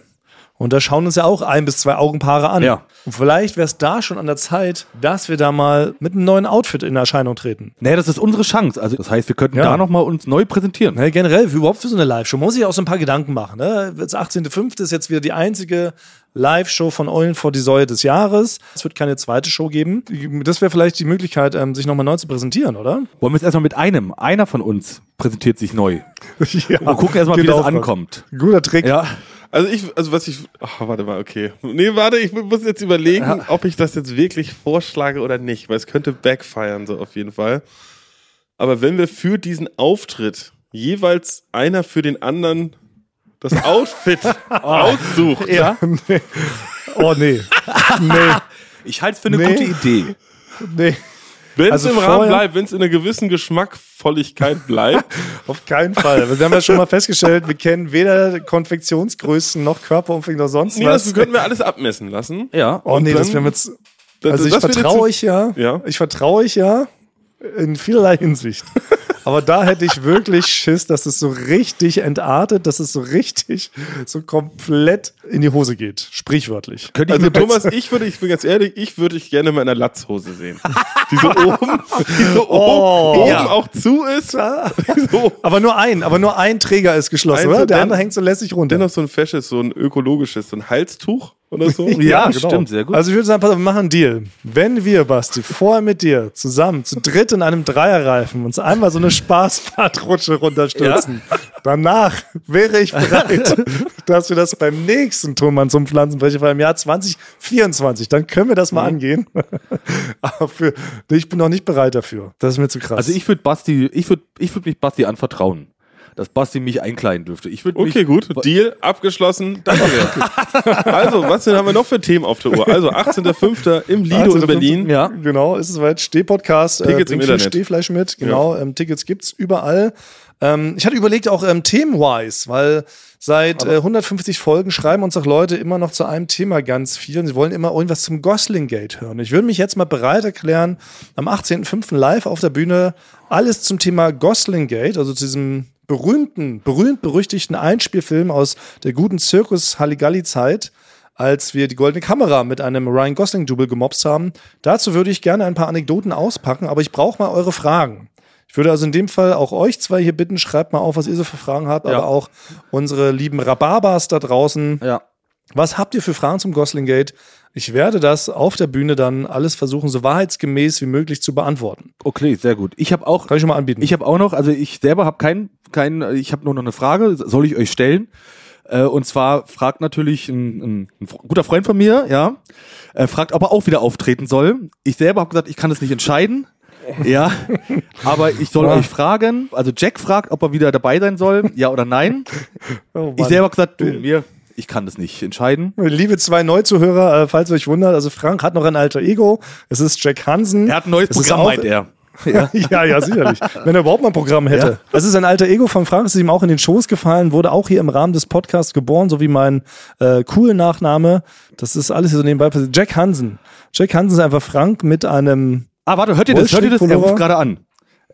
A: Und da schauen uns ja auch ein bis zwei Augenpaare an.
B: Ja.
A: Und vielleicht wäre es da schon an der Zeit, dass wir da mal mit einem neuen Outfit in Erscheinung treten.
B: Naja, das ist unsere Chance. Also das heißt, wir könnten
A: Ja.
B: da nochmal uns neu präsentieren.
A: Ne, generell, für, überhaupt für so eine Live-Show muss ich auch so ein paar Gedanken machen. Ne? Das 18.05. ist jetzt wieder die einzige Live-Show von Eulen vor die Säue des Jahres. Es wird keine zweite Show geben. Das wäre vielleicht die Möglichkeit, ähm, sich nochmal neu zu präsentieren, oder?
B: Wollen wir es erstmal mit einem. Einer von uns präsentiert sich neu.
A: Ja, genau
B: Wir gucken erstmal, wie das ankommt.
A: Guter Trick.
B: Ja.
C: Also ich, also was ich, ach, warte mal, okay. Nee, warte, ich muss jetzt überlegen,
B: Ja.
C: ob ich das jetzt wirklich vorschlage oder nicht, weil es könnte backfiren, so auf jeden Fall. Aber wenn wir für diesen Auftritt jeweils einer für den anderen das Outfit
B: Oh.
C: aussucht,
B: Ja.
A: Nee. Oh nee. Nee.
B: Ich halte es für eine
A: Nee.
B: gute Idee.
A: Nee.
C: wenn es
A: Also
C: im Rahmen
A: vorher-
C: bleibt, wenn es in einer gewissen Geschmackvolligkeit bleibt,
A: Auf keinen Fall. Wir haben ja schon mal festgestellt, wir kennen weder Konfektionsgrößen noch Körperumfang noch sonst
C: nee,
A: was.
C: das können wir alles abmessen lassen.
B: Ja.
A: oh nee,
C: und
A: das
C: dann-
A: wäre jetzt.
C: Das-
A: Also ich
C: das wird jetzt-
A: vertraue euch ja.
C: Ja.
A: Ich vertraue euch ja in vielerlei Hinsicht. Aber da hätte ich wirklich Schiss, dass es so richtig entartet, dass es so richtig, so komplett in die Hose geht. Sprichwörtlich.
B: Könnte
C: Also
B: ich mir
C: Thomas, ich würde, ich bin ganz ehrlich, ich würde dich gerne mal in einer Latzhose sehen. Die so oben, die so
A: Oh.
C: oben, oben
A: Ja.
C: auch zu ist. So.
A: Aber nur ein, aber nur ein Träger ist geschlossen,
C: Ein Genau,
A: oder?
C: so
A: Der
C: den-
A: andere hängt so lässig runter.
C: Dennoch so ein fesches, so ein ökologisches, so ein Halstuch oder so.
B: Ja, stimmt, sehr gut.
A: Also ich würde sagen, pass auf, wir machen einen Deal. Wenn wir, Basti, vorher mit dir zusammen zu dritt in einem Dreierreifen uns einmal so eine Spaßbadrutsche runterstürzen, danach wäre ich bereit, dass wir das beim nächsten Turmmann zum Pflanzenbrecherfall im Jahr 2024, dann können wir das mal angehen. Aber für, ich bin noch nicht bereit dafür. Das ist mir zu krass.
B: Also ich würde Basti, ich würde ich würd mich Basti anvertrauen. Dass Basti mich einkleiden dürfte. Ich würde
C: Okay,
B: mich,
C: gut. Deal abgeschlossen. Danke. also, was denn haben wir noch für Themen auf der Uhr? Also, 18.05. im Lido in
A: 18.05..
C: Berlin.
B: Ja.
A: Genau, ist es weit. Steh-Podcast. äh,
C: Tickets
A: bring
C: im
A: viel
C: Internet.
A: Stehfleisch mit. Genau, ähm, Tickets gibt's überall. Ähm, ich hatte überlegt, auch ähm, themenwise, weil seit äh, 150 Folgen schreiben uns auch Leute immer noch zu einem Thema ganz viel und sie wollen immer irgendwas zum Gosling Gate hören. Ich würde mich jetzt mal bereit erklären, am 18.05. live auf der Bühne alles zum Thema Gosling Gate, also zu diesem berühmten, berühmt-berüchtigten Einspielfilm aus der guten Zirkus Halligalli-Zeit als wir die goldene Kamera mit einem Ryan Gosling-Double gemobst haben. Dazu würde ich gerne ein paar Anekdoten auspacken, aber ich brauche mal eure Fragen. Ich würde also in dem Fall auch euch zwei hier bitten, schreibt mal auf, was ihr so für Fragen habt,
B: Ja.
A: aber auch unsere lieben Rhabarbers da draußen.
B: Ja.
A: Was habt ihr für Fragen zum Gosling Gate? Ich werde das auf der Bühne dann alles versuchen, so wahrheitsgemäß wie möglich zu beantworten.
B: Okay, sehr gut. Ich habe auch
A: Kann ich schon mal anbieten.
B: Ich habe auch noch, also ich selber habe kein, kein, ich habe nur noch eine Frage, soll ich euch stellen? Äh, und zwar fragt natürlich ein, ein, ein fr- guter Freund von mir, ja, äh, fragt, ob er auch wieder auftreten soll. Ich selber habe gesagt, ich kann das nicht entscheiden. Ja, aber ich soll
A: Ja.
B: euch fragen, also Jack fragt, ob er wieder dabei sein soll, ja oder nein.
A: Oh
B: Ich
A: Mann.
B: selber hab gesagt, du, mir, ich kann das nicht entscheiden.
A: Liebe zwei Neuzuhörer, äh, falls ihr euch wundert, also Frank hat noch ein alter Ego. Es ist Jack Hansen.
B: Er hat ein neues
A: Es ist
B: Programm,
A: auch-
B: meint er.
A: ja, ja, sicherlich. Wenn er überhaupt mal ein Programm hätte.
B: Ja.
A: Das ist ein alter Ego von Frank, ist ihm auch in den Schoß gefallen, wurde auch hier im Rahmen des Podcasts geboren, so wie mein äh, cool Nachname. Das ist alles hier so nebenbei. passiert. Jack Hansen. Jack Hansen ist einfach Frank mit einem.
B: Ah, warte, hört ihr das? Hört ihr das? Er
A: Wollstrickpullover?
B: ruft gerade an.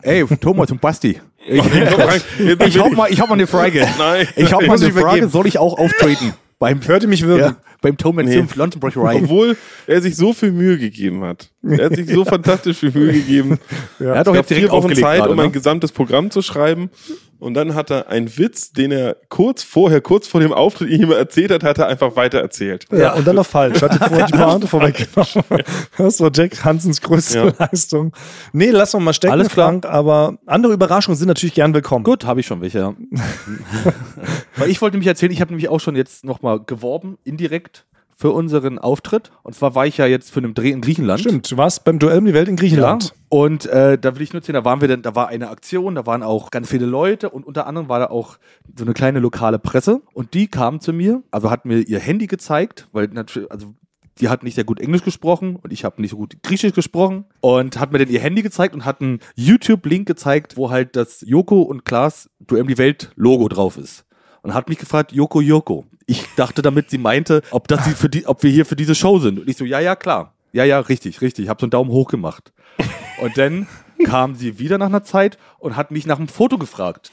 B: Ey, Thomas und Basti. Ich,
C: Jetzt
B: Ich hab mal, ich hab mal eine Frage.
C: Nein.
B: ich hab
A: Ich
B: mal
A: muss
B: eine
A: übergeben.
B: Frage, soll ich auch auftreten? beim
A: Hörte mich wirken.
B: ja, beim Tom and
C: Nee.
B: Sim Lunchbreak Ride.
C: Obwohl er sich so viel Mühe gegeben hat. Er hat sich so fantastisch viel Mühe gegeben.
B: Er hat
C: Ich
B: doch
C: habe
B: jetzt
C: vier
B: direkt
C: Wochen
B: aufgelegt
C: Zeit,
B: gerade,
C: um ein
B: ne?
C: gesamtes Programm zu schreiben. Und dann hat er einen Witz, den er kurz vorher, kurz vor dem Auftritt ihm erzählt hat, hat er einfach weiter erzählt.
A: Ja, und dann noch falsch. Hatte vorhin die Pointe vorweggenommen. Das war Jack Hansens größte Leistung. Nee, lassen wir mal stecken,
B: Alles klar.
A: Frank. Aber andere Überraschungen sind natürlich gern willkommen.
B: Gut, habe ich schon welche. ja. Weil ich wollte nämlich erzählen, ich habe nämlich auch schon jetzt nochmal geworben, indirekt für unseren Auftritt. Und zwar war ich ja jetzt für einen Dreh in Griechenland.
A: Stimmt, du warst beim Duell um die Welt in Griechenland.
B: Ja, und äh, da will ich nur erzählen, da waren wir denn, da war eine Aktion, da waren auch ganz viele Leute und unter anderem war da auch so eine kleine lokale Presse und die kamen zu mir, also hat mir ihr Handy gezeigt, weil natürlich, also die hat nicht sehr gut Englisch gesprochen und ich habe nicht so gut Griechisch gesprochen und hat mir dann ihr Handy gezeigt und hat einen YouTube-Link gezeigt, wo halt das Joko und Klaas Duell um die Welt Logo drauf ist. Und hat mich gefragt, Joko, Joko. Ich dachte damit, sie meinte, ob, das sie für die, ob wir hier für diese Show sind. Und ich so, ja, ja, klar. Ja, ja, richtig, richtig. Hab so einen Daumen hoch gemacht. Und dann kam sie wieder nach einer Zeit und hat mich nach einem Foto gefragt.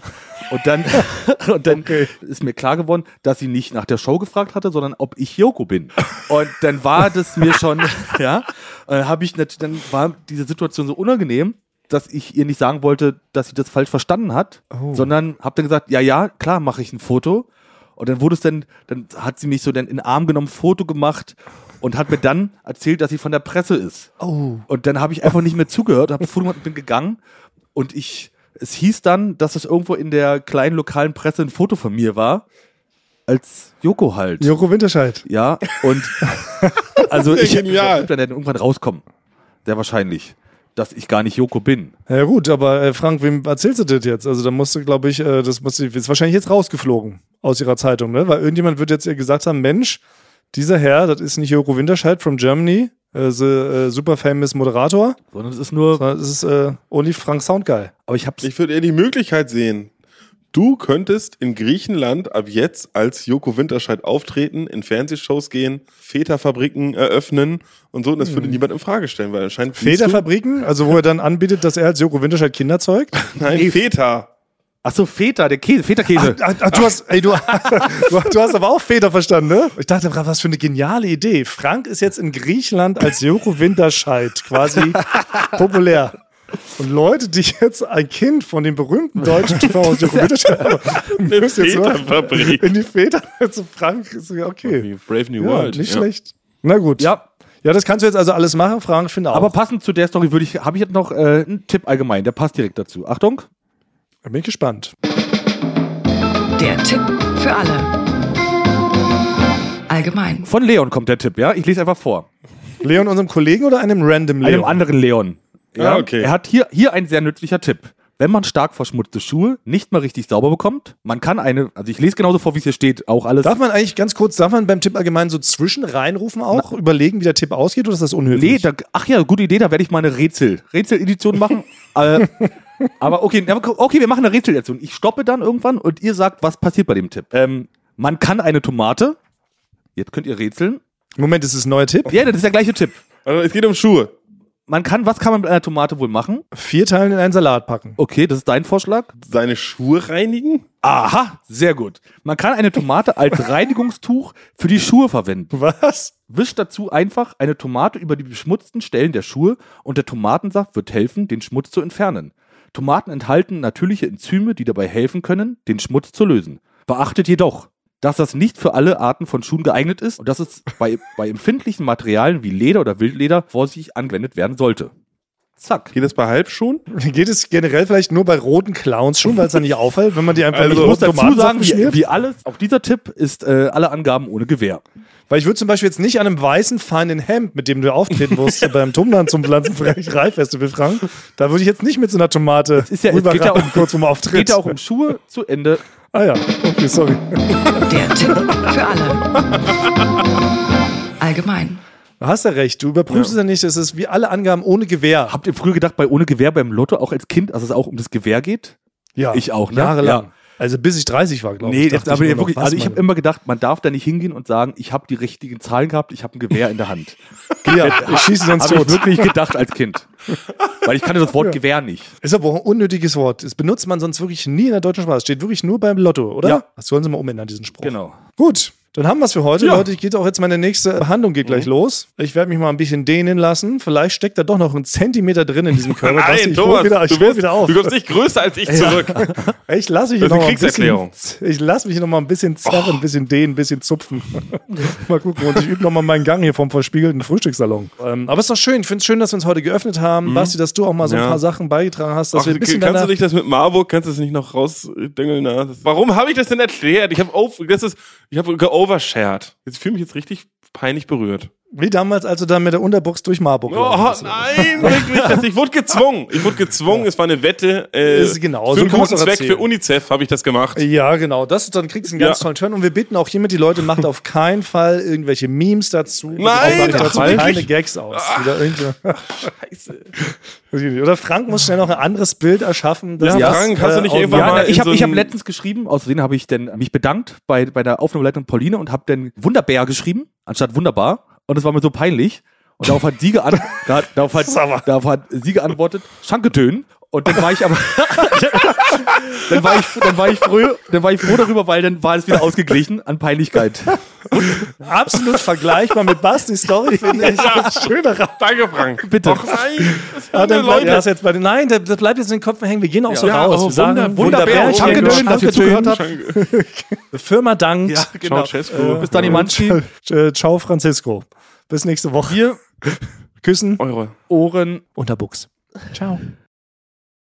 B: Und dann, und dann ist mir klar geworden, dass sie nicht nach der Show gefragt hatte, sondern ob ich Joko bin. Und dann war das mir schon, ja, habe ich natürlich, dann war diese Situation so unangenehm, dass ich ihr nicht sagen wollte, dass sie das falsch verstanden hat, sondern habe dann gesagt, ja, ja, klar, mache ich ein Foto. Und dann wurde es dann, dann hat sie mich so dann in den Arm genommen, Foto gemacht und hat mir dann erzählt, dass sie von der Presse ist.
A: Oh.
B: Und dann habe ich einfach nicht mehr zugehört, habe das Foto gemacht und bin gegangen. Und ich, es hieß dann, dass es irgendwo in der kleinen lokalen Presse ein Foto von mir war. als Joko halt.
A: Joko Winterscheid.
B: Ja, und also
C: Das ist
B: ich
C: ja
B: hätte mich
C: genial.
B: verliebt, dann hätte irgendwann rauskommen. Sehr wahrscheinlich, dass ich gar nicht Joko bin.
A: Ja gut, aber äh, Frank, wem erzählst du das jetzt? Also da musst du, glaube ich, äh, das muss sie ist wahrscheinlich jetzt rausgeflogen aus ihrer Zeitung, ne? Weil irgendjemand wird jetzt ihr gesagt haben, Mensch, dieser Herr, das ist nicht Joko Winterscheid from Germany, äh, the, äh, super famous Moderator,
B: Sondern es ist nur,
A: sondern es ist äh, only Frank Soundguy.
B: aber ich hab's,
C: Ich würde eher die Möglichkeit sehen. Du könntest in Griechenland ab jetzt als Joko Winterscheid auftreten, in Fernsehshows gehen, Väterfabriken eröffnen und so. Und das
A: Hm.
C: würde niemand in Frage stellen, weil anscheinend. siehst du-
A: Federfabriken, also wo er dann anbietet, dass er als Joko Winterscheid Kinder zeugt.
C: Nein, Väter.
B: ach so, Feta, der Käse, Feta-Käse.
A: Ach, ach, Ah, du, hast, ey, du, du, du hast aber auch Feder verstanden, ne? Ich dachte, gerade, was für eine geniale Idee. Frank ist jetzt in Griechenland als Joko Winterscheid quasi populär. Und Leute, die jetzt ein Kind von dem berühmten deutschen TV aus Joko Winterscheid haben, müssen jetzt
C: Väterfabrik.
A: in die Feder zu Frank. Ist ja Okay.
C: Brave New
A: Ja,
C: World.
A: nicht
C: ja.
A: schlecht. Na gut.
B: Ja.
A: ja, das kannst du jetzt also alles machen, Frank. Ich finde auch.
B: Aber passend zu der Story würde ich, habe ich jetzt noch äh, einen Tipp allgemein, der passt direkt dazu. Achtung.
A: bin ich gespannt.
E: Der Tipp für alle. Allgemein.
B: Von Leon kommt der Tipp, ja? Ich lese einfach vor.
A: Leon, unserem Kollegen oder einem random Leon?
B: Einem anderen Leon.
C: Ah, okay.
B: Er hat hier, hier ein sehr nützlicher Tipp. Wenn man stark verschmutzte Schuhe nicht mal richtig sauber bekommt, man kann eine, also ich lese genauso vor, wie es hier steht, auch alles.
A: Darf man eigentlich ganz kurz, darf man beim Tipp allgemein so zwischen reinrufen auch, überlegen, wie der Tipp ausgeht oder ist das unhöflich?
B: Nee, da, ach ja, gute Idee, da werde ich mal eine Rätsel, Rätsel-Edition machen. äh, aber okay, na, okay, wir machen eine Rätsel-Edition. Ich stoppe dann irgendwann und ihr sagt, was passiert bei dem Tipp. Ähm, man kann eine Tomate, jetzt könnt ihr rätseln.
A: Moment, ist es ein neuer Tipp?
B: Ja, das ist der gleiche Tipp.
C: Also, es geht um Schuhe.
B: Man kann, was kann man mit einer Tomate wohl machen?
A: Vier Teilen in einen Salat packen.
B: Okay, das ist dein Vorschlag.
C: Seine Schuhe reinigen?
B: Aha, sehr gut. Man kann eine Tomate als Reinigungstuch für die Schuhe verwenden.
A: Was?
B: Wisch dazu einfach eine Tomate über die beschmutzten Stellen der Schuhe und der Tomatensaft wird helfen, den Schmutz zu entfernen. Tomaten enthalten natürliche Enzyme, die dabei helfen können, den Schmutz zu lösen. Beachtet jedoch, dass das nicht für alle Arten von Schuhen geeignet ist und dass es bei, bei empfindlichen Materialien wie Leder oder Wildleder vorsichtig angewendet werden sollte. Zack.
C: Geht das bei Halbschuhen?
A: Geht es generell vielleicht nur bei roten Clowns schon, weil es dann nicht auffällt, wenn man die einfach
C: Also,
A: mit
B: Ich muss
A: roten
B: dazu
A: Tomatensaft
B: sagen, wie,
A: beschmiert?
B: wie alles, auch dieser Tipp ist äh, alle Angaben ohne Gewähr.
A: Weil ich würde zum Beispiel jetzt nicht an einem weißen, feinen Hemd, mit dem du auftreten musst, beim Tumland zum Pflanzenfrei-Festival, Frank, da würde ich jetzt nicht mit so einer Tomate
B: ist ja- es geht ja
A: rüberrappen,
B: auch-
A: kurz vorm
B: Es
A: Auftritt.
B: geht ja auch um Schuhe zu Ende.
A: Ah ja, okay, sorry.
E: Der Tipp für alle. Allgemein.
A: Du hast ja recht, du überprüfst es ja nicht, es ist wie alle Angaben ohne Gewehr.
B: Habt ihr früher gedacht, bei ohne Gewehr beim Lotto auch als Kind, dass es auch um das Gewehr geht?
A: Ja.
B: Ich auch, ne?
A: Jahrelang.
B: Ja.
A: Also bis ich 30 war, glaube
B: Nee,
A: ich.
B: jetzt
A: dachte
B: aber
A: nur
B: ich
A: noch,
B: wirklich,
A: was,
B: also ich habe
A: Mann?
B: immer gedacht, man darf da nicht hingehen und sagen, ich habe die richtigen Zahlen gehabt, ich habe ein Gewehr in der Hand.
A: Ja, ich schieße sonst
B: Habe ich
A: tot.
B: wirklich gedacht als Kind. Weil ich kannte das Wort Gewehr nicht.
A: Ist aber auch ein unnötiges Wort. Das benutzt man sonst wirklich nie in der deutschen Sprache. Es steht wirklich nur beim Lotto, oder?
B: Ja.
A: Das sollen sie mal umändern, diesen Spruch.
B: Genau.
A: Gut, dann haben wir es für heute.
B: Ja. Mhm.
A: Leute, ich gehe auch jetzt meine nächste Behandlung geht gleich los. Ich werde mich mal ein bisschen dehnen lassen. Vielleicht steckt da doch noch ein Zentimeter drin in diesem Körper. Basti, ich hol wieder, ich
C: du,
A: hol
C: bist,
A: wieder auf.
C: du kommst nicht größer als ich zurück.
A: Ich lasse mich hier
C: Das
A: noch mal ein bisschen,
C: ist eine Kriegserklärung. Oh.
A: ich lasse mich hier noch mal ein bisschen zerren, ein bisschen dehnen, ein bisschen zupfen. mal gucken und ich übe noch mal meinen Gang hier vom verspiegelten Frühstückssalon. Ähm, aber ist doch schön. Ich finde es schön, dass wir uns heute geöffnet haben, Basti, dass du auch mal so ein
C: Mhm. Ja.
A: paar Sachen beigetragen hast, dass
C: Ach,
A: wir ein bisschen
C: kannst
A: deiner-
C: du nicht das mit Marburg, kannst du das nicht noch rausdüngeln? na? Das- Warum habe ich das denn erklärt? Ich habe das ist, ich habe geovershared. Jetzt fühle mich jetzt richtig peinlich berührt.
A: wie damals, als du dann mit der Unterbox durch Marburg
C: Oh
A: bist.
C: nein, wirklich, das- ich wurde gezwungen. Ich wurde gezwungen, es war eine Wette. Äh,
A: Ist genau, so
C: für einen
A: kann man's
C: guten
A: auch
C: Zweck,
A: erzählen.
C: für UNICEF habe ich das gemacht.
A: Ja, genau. Das, dann kriegt es einen ganz
C: Ja.
A: tollen Turn. Und wir bitten auch hiermit die Leute, macht auf keinen Fall irgendwelche Memes dazu.
C: Nein,
A: macht dazu
C: ach,
A: keine
C: wirklich?
A: Gags aus.
C: Ah.
A: Wieder irgendwie. Scheiße. Oder Frank muss schnell noch ein anderes Bild erschaffen. das-
C: Ja, Frank, hast du nicht
A: äh,
C: irgendwann
B: Ja,
C: mal
B: na, ich
C: in
B: habe
C: so
B: ich hab
C: ein-
B: letztens geschrieben, außerdem habe ich denn mich bedankt bei, bei der Aufnahmeleitung Pauline und habe dann Wunderbär geschrieben, anstatt Wunderbar. Und das war mir so peinlich. Und darauf hat sie, geant da, darauf hat,
A: Sauber.
B: darauf hat sie geantwortet, Schanketön. Und dann war ich aber, dann war ich, dann war ich froh, dann war ich froh darüber, weil dann war es wieder ausgeglichen an Peinlichkeit.
A: Absolut vergleichbar mit Basti Story, finde ich. Ja. Schöner Raum.
C: Danke, Frank.
B: Bitte.
C: Och nein, das
A: Ah, dann
C: hören
A: bleibt
C: Leute.
A: das jetzt bei den, nein, das das bleibt jetzt in den Köpfen hängen. Wir gehen auch so
B: Ja,
A: raus.
B: oh,
A: Wir sagen,
B: Wunder- Wunderbär,
A: Wunderbär,
B: Danke,
A: Dankeschön, dass ihr zugehört habt.
C: Danke.
A: Firma dankt.
B: genau.
C: Ceausescu.
B: Bis dann, Imanci.
A: Äh, Ciao, Francisco. Bis nächste Woche.
B: Hier,
A: Küssen.
C: Eure.
B: Ohren.
A: Unterbuchs. Ciao.